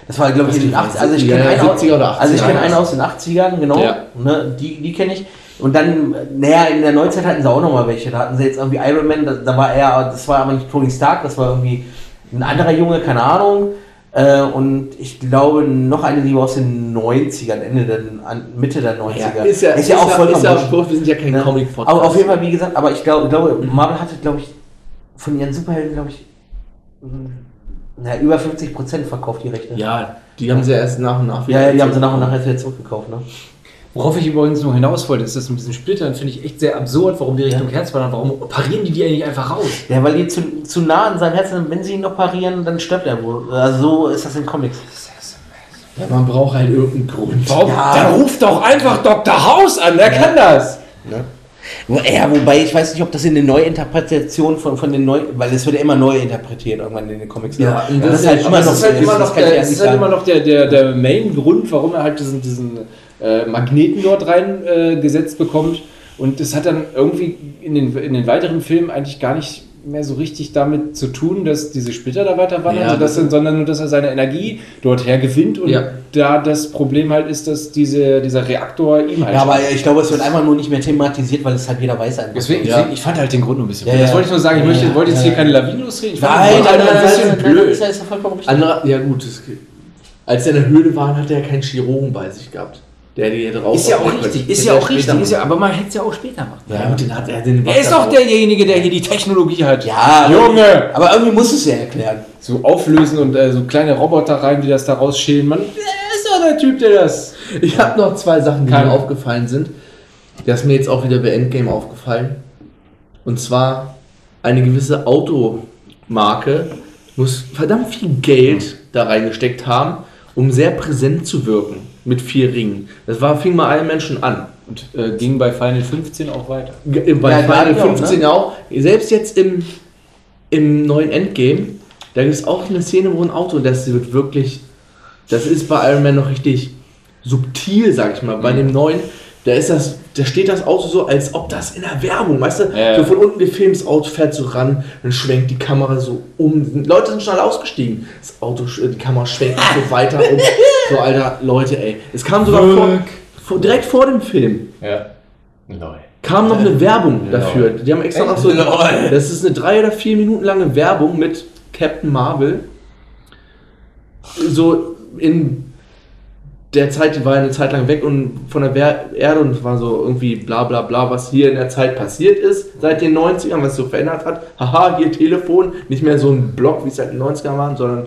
Speaker 4: Das war, glaube ich,
Speaker 11: Was
Speaker 4: in den
Speaker 11: die waren,
Speaker 4: 80 Also ich
Speaker 11: 70er,
Speaker 4: kenne einen, aus-
Speaker 11: 70er oder
Speaker 4: also ich kenn
Speaker 11: 80er.
Speaker 4: einen aus den 80ern, genau.
Speaker 11: Ja.
Speaker 4: Ne, die die kenne ich. Und dann, äh, naja, in der Neuzeit hatten sie auch nochmal welche. Da hatten sie jetzt irgendwie Iron Man, da, da war er, das war aber nicht Tony Stark, das war irgendwie ein anderer Junge, keine Ahnung. Äh, und ich glaube, noch eine, die war aus den 90ern, Ende der, an, Mitte der 90er. ist ja auch vollkommen
Speaker 11: Ist ja
Speaker 4: wurscht.
Speaker 11: auch wurscht, wir sind ja kein
Speaker 4: Ne?
Speaker 11: Comic-Podcast.
Speaker 4: Aber auf jeden Fall, wie gesagt, aber ich glaube, glaube Marvel hatte, glaube ich, von ihren Superhelden, glaube ich, mh, na, über 50% verkauft die Rechte.
Speaker 11: Ja, die haben sie ja erst nach und nach
Speaker 4: Ja, ja, die haben sie nach und nach jetzt wieder zurückgekauft, ne?
Speaker 9: Worauf ich übrigens noch hinaus wollte, ist das mit diesen Splittern, finde ich echt sehr absurd, warum die Richtung Herz wandern, warum parieren die die eigentlich einfach raus?
Speaker 4: Ja, weil die zu, zu nah an seinem Herzen sind. Wenn sie ihn noch parieren, dann stirbt er wohl. Also so ist das in Comics.
Speaker 11: Ja, man braucht halt irgendeinen Grund.
Speaker 4: Ja.
Speaker 9: Dann ruft doch einfach Dr. House an, der kann das!
Speaker 4: Wo- Ja, wobei ich weiß nicht, ob das in den Neuinterpretationen von, von den neu, weil es wird ja immer neu interpretiert irgendwann in den Comics. ne?
Speaker 11: Ja, und
Speaker 9: Das, ist halt immer noch, ist halt immer noch,
Speaker 4: kann ich
Speaker 9: der,
Speaker 4: ehrlich
Speaker 9: ist halt
Speaker 4: sagen.
Speaker 9: immer noch der, der, der Main-Grund, warum er halt diesen, diesen äh, Magneten dort reingesetzt äh, gesetzt bekommt. Und das hat dann irgendwie in den, in den weiteren Filmen eigentlich gar nicht mehr so richtig damit zu tun, dass diese Splitter da weiter wandern,
Speaker 11: Ja,
Speaker 9: sodass,
Speaker 11: das-
Speaker 9: sondern nur, dass er seine Energie dort her gewinnt und
Speaker 11: Ja.
Speaker 9: da das Problem halt ist, dass diese, dieser Reaktor ihm halt.
Speaker 4: Ja, aber ich glaube, es wird einfach nur nicht mehr thematisiert, weil es halt jeder weiß. einfach.
Speaker 9: Deswegen,
Speaker 11: Ja.
Speaker 9: ich fand halt den Grund nur ein bisschen.
Speaker 4: Ja,
Speaker 9: blöd. das
Speaker 4: ja.
Speaker 9: wollte ich nur sagen, ich möchte,
Speaker 4: Ja,
Speaker 9: wollte jetzt
Speaker 4: ja.
Speaker 9: hier keine Lawinen losreden. Ich fand den
Speaker 4: Nein,
Speaker 9: Grund
Speaker 4: nein,
Speaker 9: halt
Speaker 4: nein,
Speaker 9: ein
Speaker 4: nein,
Speaker 9: bisschen
Speaker 4: nein, nein,
Speaker 11: blöd.
Speaker 4: ist ja- ist ja vollkommen richtig.
Speaker 11: Anderer, ja gut, das, als er in der Höhle war, hat er keinen Chirurgen bei sich gehabt. Der die hätte raus.
Speaker 9: Ist ja auch richtig, ist ja auch richtig, ist ja, aber man hätte es ja auch später machen.
Speaker 11: Ja, gut, den hat er den
Speaker 9: Er ist doch derjenige, der hier die Technologie hat.
Speaker 4: Ja,
Speaker 9: Ah, Junge!
Speaker 4: Aber irgendwie muss es ja erklären.
Speaker 9: So auflösen und äh, so kleine Roboter rein, die das da rausschälen. Man, er ist doch der Typ, der das.
Speaker 11: Ich habe noch zwei Sachen, die
Speaker 9: Keine.
Speaker 11: mir aufgefallen sind. Das ist mir jetzt auch wieder bei Endgame aufgefallen. Und zwar eine gewisse Automarke muss verdammt viel Geld da reingesteckt haben, um sehr präsent zu wirken mit vier Ringen. Das war, fing mal allen Menschen an.
Speaker 9: Und äh, ging bei Final 15 auch weiter.
Speaker 11: Ge- Bei
Speaker 4: Ja,
Speaker 11: Final
Speaker 4: gerade auch,
Speaker 11: 15 ja auch. Selbst jetzt im, im neuen Endgame, da gibt es auch eine Szene, wo ein Auto, das wird wirklich, das ist bei Iron Man noch richtig subtil, sag ich mal. Bei dem neuen, da ist das, da steht das Auto so, als ob das in der Werbung, weißt du,
Speaker 9: Ja, ja.
Speaker 11: so von unten gefilmt, das Auto fährt so ran, dann schwenkt die Kamera so um. Leute sind schnell ausgestiegen. Das Auto, sch- die Kamera schwenkt so weiter um. So, alter, Leute, ey. Es kam sogar vor, vor, direkt vor dem Film
Speaker 9: Ja. Lol.
Speaker 11: kam noch eine Werbung dafür. Die haben extra noch so. Das ist eine drei oder vier Minuten lange Werbung mit Captain Marvel. So in der Zeit, die war ja eine Zeit lang weg und von der Wer- Erde und es war so irgendwie bla bla bla, was hier in der Zeit passiert ist, seit den 90ern, was so verändert hat. Haha, hier Telefon, nicht mehr so ein Block, wie es halt in den 90ern waren, sondern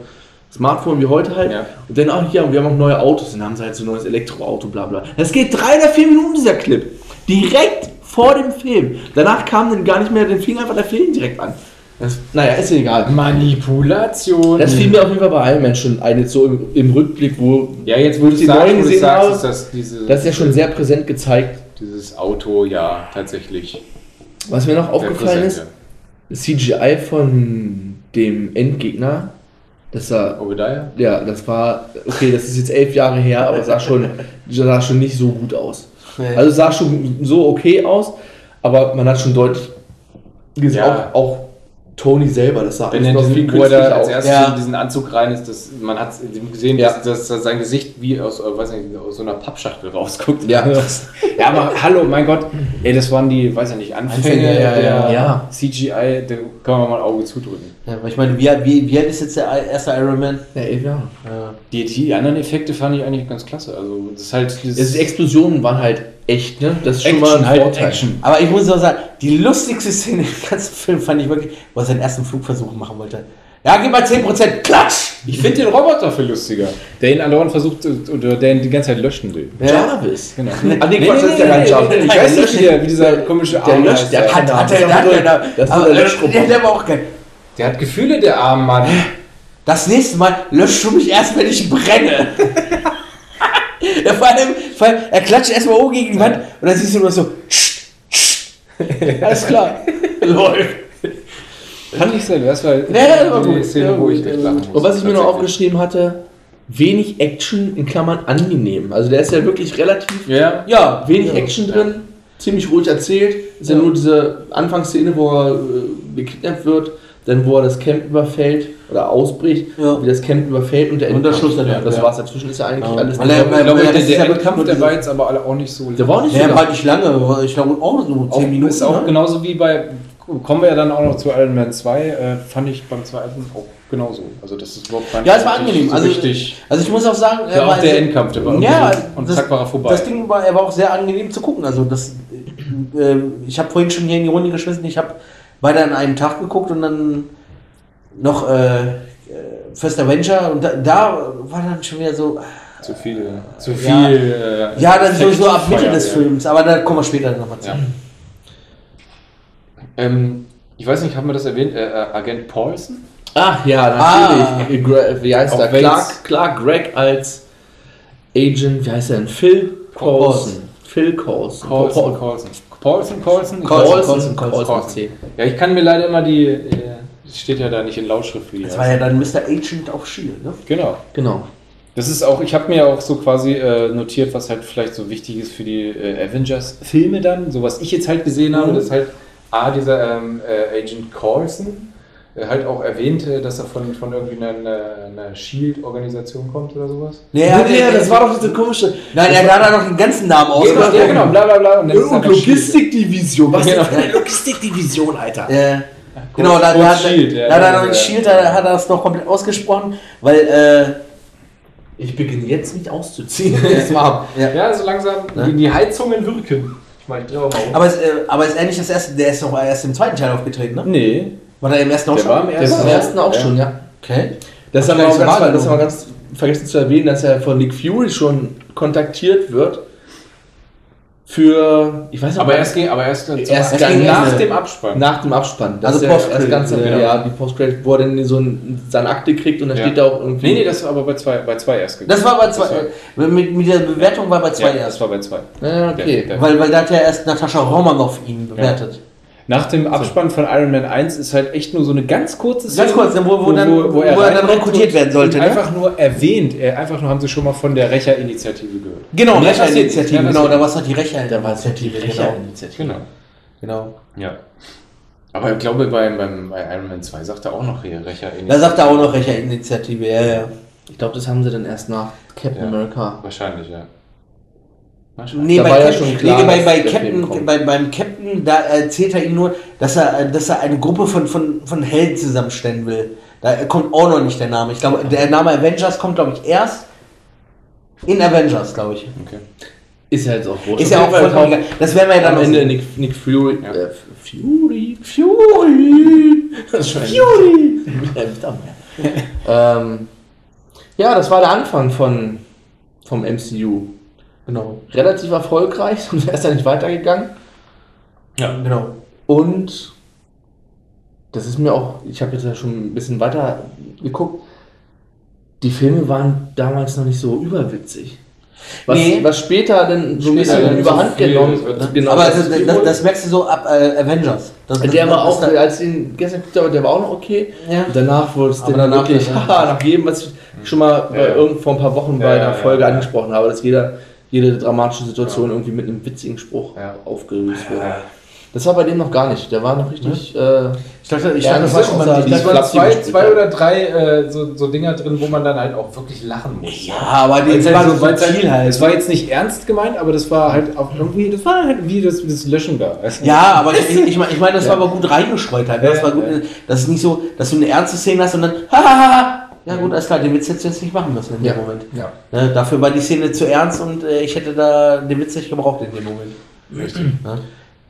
Speaker 11: Smartphone wie heute halt.
Speaker 9: Ja.
Speaker 11: Und dann auch hier, wir haben auch neue Autos, dann haben sie halt so ein neues Elektroauto, bla bla. Das geht drei oder vier Minuten, dieser Clip. Direkt vor dem Film. Danach kam dann gar nicht mehr, dann fing einfach der Film direkt an. Das, naja, ist ja egal.
Speaker 9: Manipulation.
Speaker 11: Das fiel mir auf jeden Fall bei allen Menschen ein, jetzt so im, im Rückblick, wo
Speaker 9: ja, jetzt wo du
Speaker 11: die
Speaker 9: es sagst,
Speaker 11: neuen
Speaker 9: wo du es
Speaker 11: gesehen
Speaker 9: sagst,
Speaker 11: habe,
Speaker 9: ist das diese,
Speaker 11: das ja schon sehr präsent gezeigt.
Speaker 9: dieses Auto, ja, tatsächlich.
Speaker 11: Was mir noch
Speaker 9: sehr
Speaker 11: aufgefallen
Speaker 9: präsent,
Speaker 11: ist, das CGI von dem Endgegner, das
Speaker 9: ja.
Speaker 11: sah,
Speaker 9: Obadiah?
Speaker 11: ja, das war, okay, das ist jetzt elf Jahre her, aber es sah schon, sah schon nicht so gut aus. Also es sah schon so okay aus, aber man hat schon deutlich gesehen,
Speaker 9: Ja.
Speaker 11: auch, auch Tony selber, das sah
Speaker 9: Wenn
Speaker 11: alles
Speaker 9: er
Speaker 11: noch
Speaker 9: diesen,
Speaker 11: viel
Speaker 9: wo er da
Speaker 11: künstlicher
Speaker 9: als
Speaker 11: aus.
Speaker 9: erstes
Speaker 4: Ja.
Speaker 9: in diesen Anzug rein ist, das, man hat gesehen,
Speaker 11: Ja.
Speaker 9: dass, dass, dass sein Gesicht wie aus, äh, weiß nicht, aus so einer Pappschachtel rausguckt.
Speaker 11: Ja.
Speaker 9: Ja, aber hallo, mein Gott, ey, das waren die, weiß ich nicht, Anfänge,
Speaker 4: Anfänge, ja,
Speaker 9: der
Speaker 4: ja.
Speaker 11: Ja.
Speaker 9: CGI, da kann man mal ein Auge zudrücken.
Speaker 4: Ja, weil ich meine, wie, wie, wie alt ist jetzt der erste Iron Man?
Speaker 11: Ja, elf Jahre.
Speaker 9: Die, die anderen Effekte fand ich eigentlich ganz klasse. Also, das ist halt
Speaker 11: Das
Speaker 9: dieses
Speaker 11: die Explosionen waren halt echt, ne? Das ist schon mal
Speaker 9: halt
Speaker 11: ein Vorteil.
Speaker 4: Aber ich muss auch sagen, die lustigste Szene im ganzen Film fand ich wirklich, wo er seinen ersten Flugversuch machen wollte. Ja, gib mal 10%, klatsch!
Speaker 9: Ich finde den Roboter viel lustiger, der ihn andauernd versucht äh, oder der ihn die ganze Zeit löschen will.
Speaker 11: Jarvis.
Speaker 9: Genau.
Speaker 11: Ah, nee,
Speaker 9: Nee,
Speaker 11: Quatsch,
Speaker 9: nee,
Speaker 11: das ist ja
Speaker 9: nee,
Speaker 11: gar nicht
Speaker 9: nee,
Speaker 11: Jarvis.
Speaker 9: nee, nee, Ich weiß nicht, wie, der, wie dieser komische
Speaker 11: Der
Speaker 9: Arm
Speaker 11: löscht,
Speaker 9: heißt,
Speaker 11: der
Speaker 9: ja.
Speaker 11: kann
Speaker 4: Hat
Speaker 11: der
Speaker 4: er
Speaker 11: hat
Speaker 4: dann,
Speaker 11: der-
Speaker 4: genau.
Speaker 11: das ist
Speaker 4: Aber
Speaker 11: der
Speaker 4: lösch-
Speaker 11: Löschroboter.
Speaker 4: Ja, der war auch geil.
Speaker 9: der hat Gefühle, der arme Mann.
Speaker 4: Das nächste Mal löschst du mich erst, wenn ich brenne. ja, vor, allem, vor allem, er klatscht erstmal oben gegen die Wand und dann siehst du nur so, tsch, tsch. Alles klar. Läuft.
Speaker 9: Fand ich sehr, das war
Speaker 4: Ja, ja, war
Speaker 9: die
Speaker 4: gut.
Speaker 9: Szene,
Speaker 4: Ja,
Speaker 9: wo
Speaker 4: gut,
Speaker 9: ich echt
Speaker 4: ja,
Speaker 9: lachen
Speaker 4: gut.
Speaker 9: muss,
Speaker 11: Und was ich mir noch
Speaker 9: tatsächlich.
Speaker 11: aufgeschrieben hatte, wenig Action in Klammern angenehm. Also der ist ja wirklich relativ,
Speaker 9: Ja,
Speaker 11: ja, wenig Action
Speaker 9: Ja.
Speaker 11: drin, ziemlich ruhig erzählt. Ist ja,
Speaker 4: Ja.
Speaker 11: nur diese Anfangsszene, wo er äh, gekidnappt wird, dann wo er das Camp überfällt oder ausbricht,
Speaker 4: Ja.
Speaker 11: wie das Camp überfällt und der
Speaker 4: Und der
Speaker 11: Endkampf.
Speaker 4: Schluss danach,
Speaker 11: Das
Speaker 4: ja.
Speaker 11: war's. Dazwischen ist ja eigentlich
Speaker 4: Ja.
Speaker 11: alles.
Speaker 4: Weil er-
Speaker 9: Ich glaube,
Speaker 4: Ja,
Speaker 9: der,
Speaker 4: das ist ja
Speaker 9: der
Speaker 4: bekannt,
Speaker 9: Endkampf, der
Speaker 4: diese-
Speaker 9: war jetzt aber alle auch nicht so.
Speaker 11: Der war auch nicht so
Speaker 4: Ja,
Speaker 11: lang.
Speaker 4: war nicht lange, aber ich glaube auch nur
Speaker 9: auch,
Speaker 4: 10 Minuten.
Speaker 9: Ist auch
Speaker 4: ne?
Speaker 9: genauso wie bei, kommen wir ja dann auch noch zu Iron Man 2, äh, fand ich beim zweiten auch genauso. Also das ist überhaupt gar nicht
Speaker 4: Ja, es war
Speaker 9: richtig-
Speaker 4: angenehm.
Speaker 9: So
Speaker 4: Also-
Speaker 9: richtig.
Speaker 4: Also ich muss auch sagen,
Speaker 9: Ja, auch
Speaker 4: war
Speaker 9: der
Speaker 4: sehr-
Speaker 9: Endkampf, der war irgendwie
Speaker 4: ja,
Speaker 9: so, und
Speaker 4: das,
Speaker 9: zack war er vorbei.
Speaker 4: Das Ding war, er war auch sehr angenehm zu gucken. Also das, äh, ich habe vorhin schon hier in die Runde geschmissen. Ich habe weiter an einem Tag geguckt und dann noch äh, äh, First Avenger und da, da war dann schon wieder so,
Speaker 9: zu viel. Zu viel.
Speaker 4: Ja.
Speaker 9: äh,
Speaker 4: ja, dann so, so ab
Speaker 9: Effektfeuer,
Speaker 4: Mitte des
Speaker 9: ja.
Speaker 4: Films. Aber da kommen wir später nochmal zu.
Speaker 9: Ja. Ähm, ich weiß nicht, haben wir das erwähnt? Äh, äh, Agent Paulson?
Speaker 11: Ach ja,
Speaker 4: Ah.
Speaker 11: natürlich. Äh, Gra- Wie heißt
Speaker 9: Auf
Speaker 11: der?
Speaker 9: Wales.
Speaker 11: Clark, Clark Gregg als Agent, wie heißt er denn? Phil Coulson. Phil
Speaker 9: Paulson,
Speaker 11: Coulson.
Speaker 9: Paulson. Paulson, Paulson? Ich
Speaker 4: Coulson,
Speaker 9: weiß-
Speaker 4: Coulson,
Speaker 11: Coulson,
Speaker 4: Coulson.
Speaker 11: Coulson. C.
Speaker 9: Ja, ich kann mir leider immer die. Äh, steht ja da nicht in Lautschrift wie die
Speaker 4: Das
Speaker 9: heißt.
Speaker 4: war ja dann Mr. Agent auf Shield, ne?
Speaker 9: Genau.
Speaker 11: Genau.
Speaker 9: Das ist auch, ich habe mir auch so quasi äh, notiert, was halt vielleicht so wichtig ist für die äh, Avengers-Filme dann, so was ich jetzt halt gesehen habe, das ist halt A, dieser ähm, äh, Agent Coulson äh, halt auch erwähnte, dass er von, von irgendwie einer, einer Shield-Organisation kommt oder sowas.
Speaker 4: Nee,
Speaker 11: Ja,
Speaker 4: er-
Speaker 11: ja,
Speaker 4: er-
Speaker 11: das war doch diese komische.
Speaker 4: Nein, er hat da noch den ganzen Namen
Speaker 9: Ja,
Speaker 4: ausgesprochen.
Speaker 9: genau, bla bla bla. Und dann ist
Speaker 11: Und
Speaker 9: einfach Shield.
Speaker 11: Logistikdivision. Was
Speaker 9: Genau.
Speaker 11: ist denn für eine Logistikdivision, Alter?
Speaker 4: Äh, genau, da, da,
Speaker 9: kurz
Speaker 4: da,
Speaker 9: Shield, ja,
Speaker 4: da hat er
Speaker 9: ja,
Speaker 4: noch den
Speaker 9: ja.
Speaker 4: Shield, da hat er es noch komplett ausgesprochen, weil, äh,
Speaker 11: Ich beginne jetzt mich auszuziehen. Ist warm.
Speaker 9: Ja, so langsam, die, die Heizungen wirken. Ich meine, ich glaube auch. um.
Speaker 4: aber es, äh, aber es ist ähnlich das erste, der ist noch erst im zweiten Teil aufgetreten, ne?
Speaker 11: Nee,
Speaker 4: War der im ersten auch
Speaker 9: Der
Speaker 4: schon?
Speaker 9: war im
Speaker 11: der war im ersten auch
Speaker 9: Ja.
Speaker 11: schon, ja.
Speaker 4: Okay.
Speaker 11: Das haben,
Speaker 4: Vielleicht
Speaker 11: wir auch ganz,
Speaker 4: war der
Speaker 11: das
Speaker 4: noch.
Speaker 11: haben wir ganz vergessen zu erwähnen, dass er von Nick Fury schon kontaktiert wird. Für, ich weiß nicht, ob
Speaker 9: Aber erst, ging, aber erst,
Speaker 11: Erst
Speaker 9: erst
Speaker 11: ging
Speaker 9: nach
Speaker 11: Ende.
Speaker 9: dem Abspann.
Speaker 11: Nach dem Abspann. Das
Speaker 4: Also
Speaker 11: ist ja
Speaker 4: Post-Credit,
Speaker 11: das Ganze,
Speaker 9: genau.
Speaker 11: ja, die Post-Credit, wo er dann so ein, seine Akte kriegt und da
Speaker 9: Ja.
Speaker 11: steht da auch irgendwie.
Speaker 9: Nee, nee, das war aber bei zwei, bei zwei erst gegangen.
Speaker 4: Das war bei zwei, äh, mit, mit der Bewertung war bei zwei
Speaker 9: ja,
Speaker 4: erst.
Speaker 9: Das war bei zwei.
Speaker 11: Ah, okay.
Speaker 9: Der- der-
Speaker 4: Weil, weil da hat ja erst Natascha Romanoff ihn bewertet.
Speaker 9: Nach dem Abspann von Iron Man 1 ist halt echt nur so eine ganz kurze
Speaker 4: Ganz kurz, wo, wo, dann, wo, er, dann
Speaker 9: reinkommt
Speaker 4: rekrutiert werden sollte,
Speaker 9: und
Speaker 4: ne?
Speaker 9: Einfach nur erwähnt. Er, einfach nur haben sie schon mal von der Rächerinitiative gehört.
Speaker 4: Genau,
Speaker 9: Mehr
Speaker 4: Recherinitiative,
Speaker 9: passiert nicht.
Speaker 4: genau,
Speaker 9: Mehr
Speaker 4: da war es noch die Recherinitiative.
Speaker 11: Recherinitiative.
Speaker 9: Genau.
Speaker 4: Genau.
Speaker 9: Ja. Aber ich glaube, beim, beim, bei Iron Man 2 sagt er auch noch hier Rächerinitiative.
Speaker 4: Da sagt er auch noch Recherinitiative, ja, ja.
Speaker 11: Ich glaube, das haben sie dann erst nach Captain
Speaker 9: Ja.
Speaker 11: America.
Speaker 9: Wahrscheinlich, ja. Wahrscheinlich.
Speaker 4: Nee,
Speaker 11: Da
Speaker 4: bei,
Speaker 11: war ja
Speaker 4: Captain,
Speaker 11: schon klar,
Speaker 4: nee, bei,
Speaker 11: dass
Speaker 4: bei
Speaker 11: der Film
Speaker 4: Captain,
Speaker 11: kommt.
Speaker 4: bei, beim Captain, da erzählt er ihm nur, dass er, äh, dass er eine Gruppe von, von, von Helden zusammenstellen will. Da kommt auch noch nicht der Name. Ich glaube, der Name Avengers kommt, glaube ich, erst in Avengers, glaube ich.
Speaker 9: Okay.
Speaker 11: Ist ja jetzt auch wurscht.
Speaker 4: Ist ja auch
Speaker 11: Auf jeden Fall
Speaker 4: vollkommen egal. Das werden wir ja dann
Speaker 11: Am
Speaker 4: noch
Speaker 11: Ende
Speaker 4: sehen.
Speaker 11: Nick, Nick Fury.
Speaker 9: Ja.
Speaker 11: Äh, Fury. Fury. Das ist Fury. ähm, ja, das war der Anfang von, vom MCU.
Speaker 4: Genau.
Speaker 11: Relativ erfolgreich, sonst wäre es ja nicht weitergegangen.
Speaker 9: Ja.
Speaker 4: Genau.
Speaker 11: Und das ist mir auch, ich habe jetzt ja schon ein bisschen weiter geguckt, die Filme waren damals noch nicht so überwitzig. Was,
Speaker 4: Nee.
Speaker 11: was später dann so
Speaker 9: Später
Speaker 11: ein bisschen
Speaker 9: dann so
Speaker 11: überhand
Speaker 9: viel-
Speaker 11: genommen wird. Genau,
Speaker 4: Aber
Speaker 11: das
Speaker 4: das, das,
Speaker 11: ist-
Speaker 4: das, merkst du so ab äh, Avengers. Das, das,
Speaker 11: der war auch,
Speaker 4: das,
Speaker 11: als ich ihn gestern geguckt habe, der war auch noch okay.
Speaker 4: Ja.
Speaker 11: Und Danach wurde es
Speaker 4: Aber
Speaker 11: dann
Speaker 4: danach-
Speaker 11: wirklich,
Speaker 4: danach-
Speaker 11: haha, nach jedem, was ich schon mal bei
Speaker 9: Ja, ja.
Speaker 11: irgend, vor ein paar Wochen bei
Speaker 9: Ja, ja,
Speaker 11: einer Folge
Speaker 9: ja.
Speaker 11: angesprochen habe, dass jeder, jede dramatische Situation irgendwie mit einem witzigen Spruch
Speaker 9: Ja.
Speaker 11: aufgelöst wird. Das war bei dem noch gar nicht. Der war noch richtig. Äh,
Speaker 4: Ich dachte, ich
Speaker 11: Ja,
Speaker 4: dachte, das
Speaker 11: das
Speaker 4: war
Speaker 11: ist
Speaker 4: schon
Speaker 11: auch
Speaker 4: mal
Speaker 11: so,
Speaker 9: Da
Speaker 11: die-
Speaker 4: die,
Speaker 9: waren
Speaker 11: Flapsi
Speaker 9: zwei,
Speaker 11: gespielt
Speaker 9: zwei
Speaker 11: hat.
Speaker 9: oder drei äh, so, so Dinger drin, wo man dann halt auch wirklich lachen muss.
Speaker 4: Ja, aber die
Speaker 9: Weil's
Speaker 4: waren
Speaker 9: halt so-
Speaker 4: so
Speaker 9: weil's halt-
Speaker 4: subtil halt.
Speaker 9: Es war jetzt nicht ernst gemeint, aber das war halt auch irgendwie, das war halt wie das, das Löschen da. weißt du?
Speaker 4: Ja, aber ich, ich, ich meine, ich mein, das war aber gut reingestreut halt. Das
Speaker 9: Ja,
Speaker 4: war gut,
Speaker 9: ja.
Speaker 4: das ist nicht so, dass du eine ernste Szene hast und dann, hahaha. Ja gut, alles klar, den Witz hättest du jetzt nicht machen müssen in dem
Speaker 11: Ja.
Speaker 4: Moment.
Speaker 9: Ja.
Speaker 4: Ne, dafür war die Szene zu ernst und äh, ich hätte da den Witz nicht gebraucht in dem Moment. Richtig. Ne?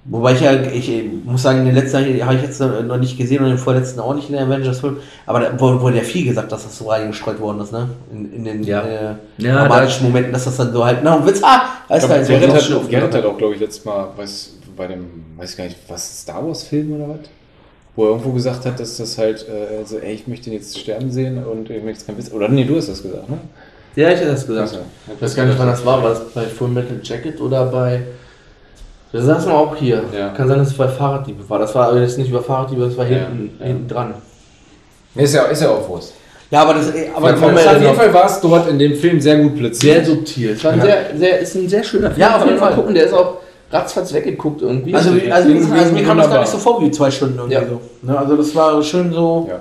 Speaker 4: Wobei ich ja, ich äh, muss sagen, den letzten habe ich jetzt noch noch nicht gesehen und den vorletzten auch nicht in den Avengers-Film. Aber da wurde wurde ja viel gesagt, dass das so reingestreut worden ist, ne? In, in den
Speaker 11: Ja.
Speaker 4: äh,
Speaker 11: Ja,
Speaker 4: dramatischen Momenten, dass das dann so halt, na, ein Witz, ah,
Speaker 9: Ich glaub,
Speaker 4: alles klar,
Speaker 11: also
Speaker 4: jetzt
Speaker 9: Gerrit,
Speaker 4: wird
Speaker 9: hat,
Speaker 4: das schon
Speaker 9: Gerrit
Speaker 4: aufgenommen.
Speaker 9: hat auch, glaube ich, letztes Mal, weiß, bei dem, weiß gar nicht, was, Star Wars-Film oder was? Wo er irgendwo gesagt hat, dass das halt, äh, so, ey, ich möchte ihn jetzt sterben sehen und ich möchte keinen Witz. Oder nee, du hast das gesagt, ne?
Speaker 11: Ja, ich hätte das gesagt.
Speaker 9: Also,
Speaker 11: Ich weiß gar nicht, wann das war. War das bei Full Metal Jacket oder bei. Da saßen wir auch hier.
Speaker 9: Ja.
Speaker 11: Kann sein, dass es bei Fahrraddiebe war. Das war aber jetzt nicht über Fahrraddiebe, das war
Speaker 9: Ja,
Speaker 11: hinten,
Speaker 9: ja.
Speaker 11: hinten dran.
Speaker 9: Ist ja, ist ja auch Wurst.
Speaker 4: Ja, aber das, äh, aber
Speaker 11: Ja, komm,
Speaker 9: auf
Speaker 11: wir
Speaker 9: jeden
Speaker 11: noch-
Speaker 9: Fall war es dort in dem Film sehr gut
Speaker 11: Sehr
Speaker 9: platziert.
Speaker 11: subtil. Es war ein
Speaker 4: Ja.
Speaker 11: sehr, sehr, ist ein sehr schöner Film.
Speaker 4: Ja, auf
Speaker 11: Kann man
Speaker 4: jeden
Speaker 11: mal
Speaker 4: Fall.
Speaker 11: Gucken. Der ist auch ratzfatz weggeguckt irgendwie.
Speaker 4: Also,
Speaker 9: Richtig.
Speaker 4: also,
Speaker 9: Ging-
Speaker 4: also mir
Speaker 9: ging
Speaker 4: kam das gar
Speaker 9: wunderbar.
Speaker 4: nicht so vor wie zwei Stunden irgendwie
Speaker 11: Ja.
Speaker 4: so. Ne, also das war schön so
Speaker 9: Ja.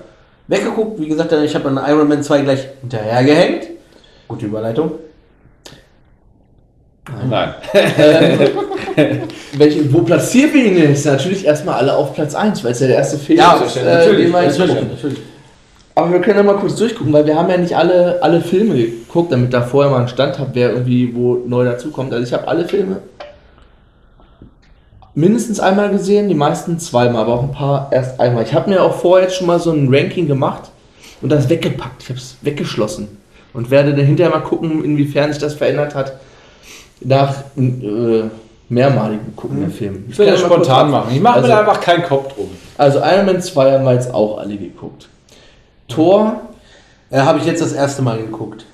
Speaker 4: weggeguckt. Wie gesagt, ich habe an Iron Man 2 gleich hinterhergehängt. Gute Überleitung.
Speaker 9: Nein.
Speaker 11: Welche, wo platzieren wir ihn jetzt? Natürlich erstmal alle auf Platz 1, weil es ja der erste Film
Speaker 9: äh,
Speaker 4: Ja,
Speaker 11: ist, äh,
Speaker 9: natürlich,
Speaker 11: den wir jetzt
Speaker 9: natürlich.
Speaker 11: gucken. Aber wir können ja mal kurz durchgucken, weil wir haben ja nicht alle, alle Filme geguckt, damit da vorher mal einen Stand habt, wer irgendwie wo neu dazukommt. Also ich habe alle Filme mindestens einmal gesehen, die meisten zweimal, aber auch ein paar erst einmal. Ich habe mir auch vorher jetzt schon mal so ein Ranking gemacht und das weggepackt. Ich habe es weggeschlossen und werde dann hinterher mal gucken, inwiefern sich das verändert hat nach äh, mehrmaligem Gucken der Filme.
Speaker 9: Mhm. Ich will das
Speaker 11: kann ja mal kurz
Speaker 9: spontan machen. Ich mache mir
Speaker 11: Also-
Speaker 9: da einfach keinen Kopf drum.
Speaker 11: also Iron Man 2 haben wir jetzt auch alle geguckt. Thor,
Speaker 4: Äh, habe ich jetzt das erste Mal geguckt.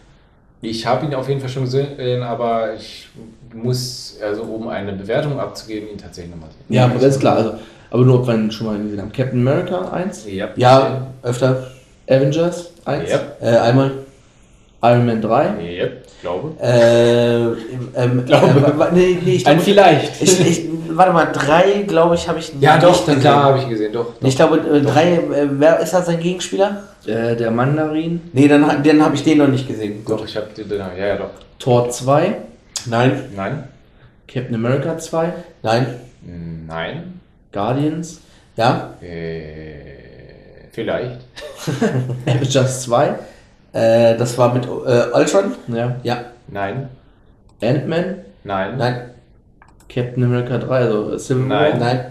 Speaker 9: Ich habe ihn auf jeden Fall schon gesehen, äh, aber ich muss, also um eine Bewertung abzugeben, ihn tatsächlich nochmal sehen.
Speaker 11: ja, alles klar. Also, aber nur, ob wir ihn schon mal gesehen haben. Captain America 1,
Speaker 9: Ja.
Speaker 4: Ja, öfter.
Speaker 11: Avengers 1,
Speaker 9: Ja.
Speaker 4: Äh, einmal.
Speaker 11: Iron Man 3.
Speaker 9: Yep, glaube.
Speaker 4: Äh, ähm, ähm,
Speaker 9: Glaube.
Speaker 4: äh, wa- nee, nee, ich
Speaker 9: Ein
Speaker 4: glaub-
Speaker 9: vielleicht.
Speaker 4: Ich, ich, warte mal, drei, glaube ich, habe ich
Speaker 9: ja,
Speaker 4: nicht
Speaker 9: doch, dann
Speaker 4: gesehen.
Speaker 9: klar habe ich ihn gesehen, doch. doch.
Speaker 4: Ich glaube, äh, drei, äh, wer ist da sein Gegenspieler?
Speaker 11: Äh, der Mandarin.
Speaker 4: Nee, dann, ha- dann habe ich den noch nicht gesehen.
Speaker 9: Doch, ich habe den, ja, ja, doch.
Speaker 11: Thor 2.
Speaker 4: Nein,
Speaker 9: Nein,
Speaker 11: Captain America 2.
Speaker 4: nein,
Speaker 9: nein,
Speaker 11: Guardians.
Speaker 4: ja.
Speaker 9: äh, vielleicht.
Speaker 11: Avengers 2.
Speaker 4: Äh, das war mit äh, Ultron?
Speaker 11: Ja.
Speaker 4: Ja,
Speaker 9: Nein,
Speaker 11: Ant-Man.
Speaker 9: nein,
Speaker 4: nein,
Speaker 11: Captain America 3. Also Civil War.
Speaker 9: Nein.
Speaker 4: nein,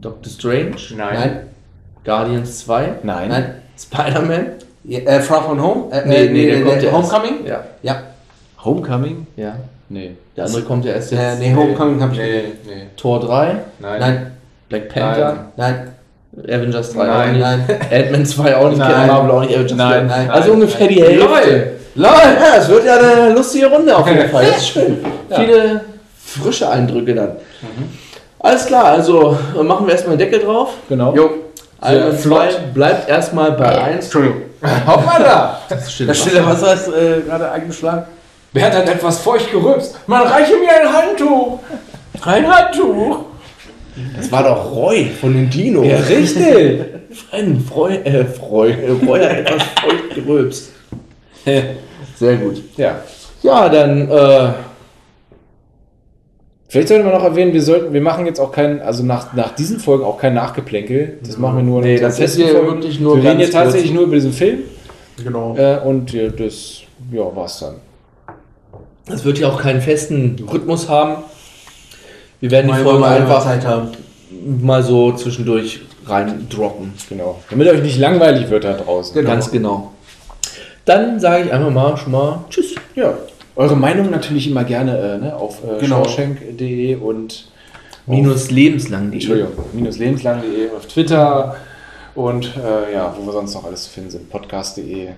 Speaker 11: Doctor Strange.
Speaker 9: nein,
Speaker 4: nein,
Speaker 11: Guardians 2.
Speaker 9: nein,
Speaker 4: nein.
Speaker 11: Spider-Man.
Speaker 4: Ja, äh, Far From Home? Äh,
Speaker 11: Nee,
Speaker 4: äh,
Speaker 11: nee, der kommt ja
Speaker 4: Homecoming?
Speaker 11: Ja.
Speaker 4: Ja.
Speaker 9: Homecoming?
Speaker 11: Ja.
Speaker 9: Nee.
Speaker 11: Der andere kommt ja erst jetzt.
Speaker 4: Äh, nee, Homecoming habe ich nicht
Speaker 9: Nee,
Speaker 4: gesehen.
Speaker 9: nee,
Speaker 11: Thor 3.
Speaker 9: nein,
Speaker 4: Nein,
Speaker 11: Black Panther.
Speaker 4: nein,
Speaker 11: Avengers 3. auch
Speaker 9: Nein.
Speaker 11: nicht.
Speaker 4: nein.
Speaker 11: Ant-Man 2 auch nicht.
Speaker 9: Nein.
Speaker 11: Captain Marvel auch nicht. Avengers
Speaker 9: Nein,
Speaker 11: 4.
Speaker 9: nein,
Speaker 11: also
Speaker 9: nein.
Speaker 11: ungefähr die Hälfte. Lol, ja, es wird ja eine lustige Runde auf jeden Fall. Das ist schön. Viele frische Eindrücke dann. Mhm. Alles klar, also äh, machen wir erstmal den Deckel drauf.
Speaker 9: Genau.
Speaker 4: Jo,
Speaker 11: Also
Speaker 9: flott.
Speaker 11: zwei bleibt erstmal bei 1.
Speaker 4: Entschuldigung.
Speaker 9: Hoppala!
Speaker 11: Das stille
Speaker 4: Das stille Wasser ist äh, gerade eingeschlagen.
Speaker 9: Bernd hat etwas feucht gerübst. Man reiche mir ein Handtuch. Ein Handtuch?
Speaker 11: Das war doch Roy von den Dinos.
Speaker 9: Ja, richtig.
Speaker 11: Freund, Freu, äh, Freu, äh, Roy hat etwas feucht gerülpst. Sehr gut.
Speaker 9: ja.
Speaker 11: Ja, dann, äh,
Speaker 9: Vielleicht sollte man noch erwähnen, wir sollten, wir machen jetzt auch keinen, also nach, nach diesen Folgen auch kein Nachgeplänkel. Das machen wir nur
Speaker 11: Nee,
Speaker 9: in unseren
Speaker 11: das ist
Speaker 9: festen
Speaker 11: hier
Speaker 9: Folgen.
Speaker 11: wirklich nur
Speaker 9: Wir reden
Speaker 11: ganz
Speaker 9: jetzt tatsächlich nur über diesen Film
Speaker 11: genau.
Speaker 9: äh, und äh, das, ja, war's dann.
Speaker 11: Das wird ja auch keinen festen Rhythmus haben. Wir werden die
Speaker 4: Weil wir
Speaker 11: Folgen
Speaker 4: mal
Speaker 11: einfach
Speaker 4: Zeit haben.
Speaker 11: mal so zwischendurch rein droppen.
Speaker 9: Genau. Damit euch nicht langweilig wird da draußen.
Speaker 11: Ganz genau. Dann sage ich einfach mal schon mal Tschüss.
Speaker 9: Ja. Eure Meinung natürlich immer gerne äh, ne, auf äh,
Speaker 4: Genau.
Speaker 9: schauschenk.de und
Speaker 11: Minus lebenslang.
Speaker 9: Entschuldigung, minus lebenslang.de auf Twitter und äh, ja, wo wir sonst noch alles zu finden sind. Podcast.de.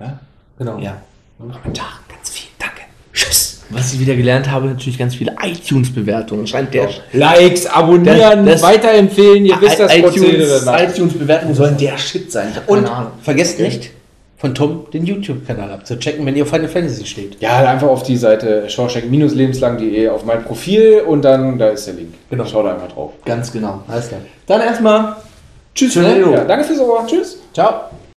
Speaker 9: Ne?
Speaker 4: Genau.
Speaker 11: Ja. Kommentare, ganz viel. Danke. Tschüss. Was ich wieder gelernt habe, natürlich ganz viele iTunes-Bewertungen. Scheint der
Speaker 9: Likes, abonnieren,
Speaker 11: Das- das-
Speaker 9: weiterempfehlen, ihr wisst das Prozedere.
Speaker 11: iTunes-
Speaker 9: Nein.
Speaker 11: iTunes-Bewertungen sollen der Shit sein. Ich hab
Speaker 4: Und
Speaker 11: keine Ahnung.
Speaker 4: vergesst nicht, von Tom den YouTube-Kanal abzuchecken, wenn ihr auf Final Fantasy steht.
Speaker 9: Ja, einfach auf die Seite schorschenk-lebenslang.de auf mein Profil und dann, da ist der Link.
Speaker 4: Genau.
Speaker 9: Schau da einmal drauf.
Speaker 11: Ganz genau.
Speaker 4: Alles klar.
Speaker 11: Dann erstmal Tschüss.
Speaker 4: Schöne
Speaker 11: ne?
Speaker 4: Erinnerung.
Speaker 9: Ja, danke fürs Ohr. Tschüss.
Speaker 4: Ciao.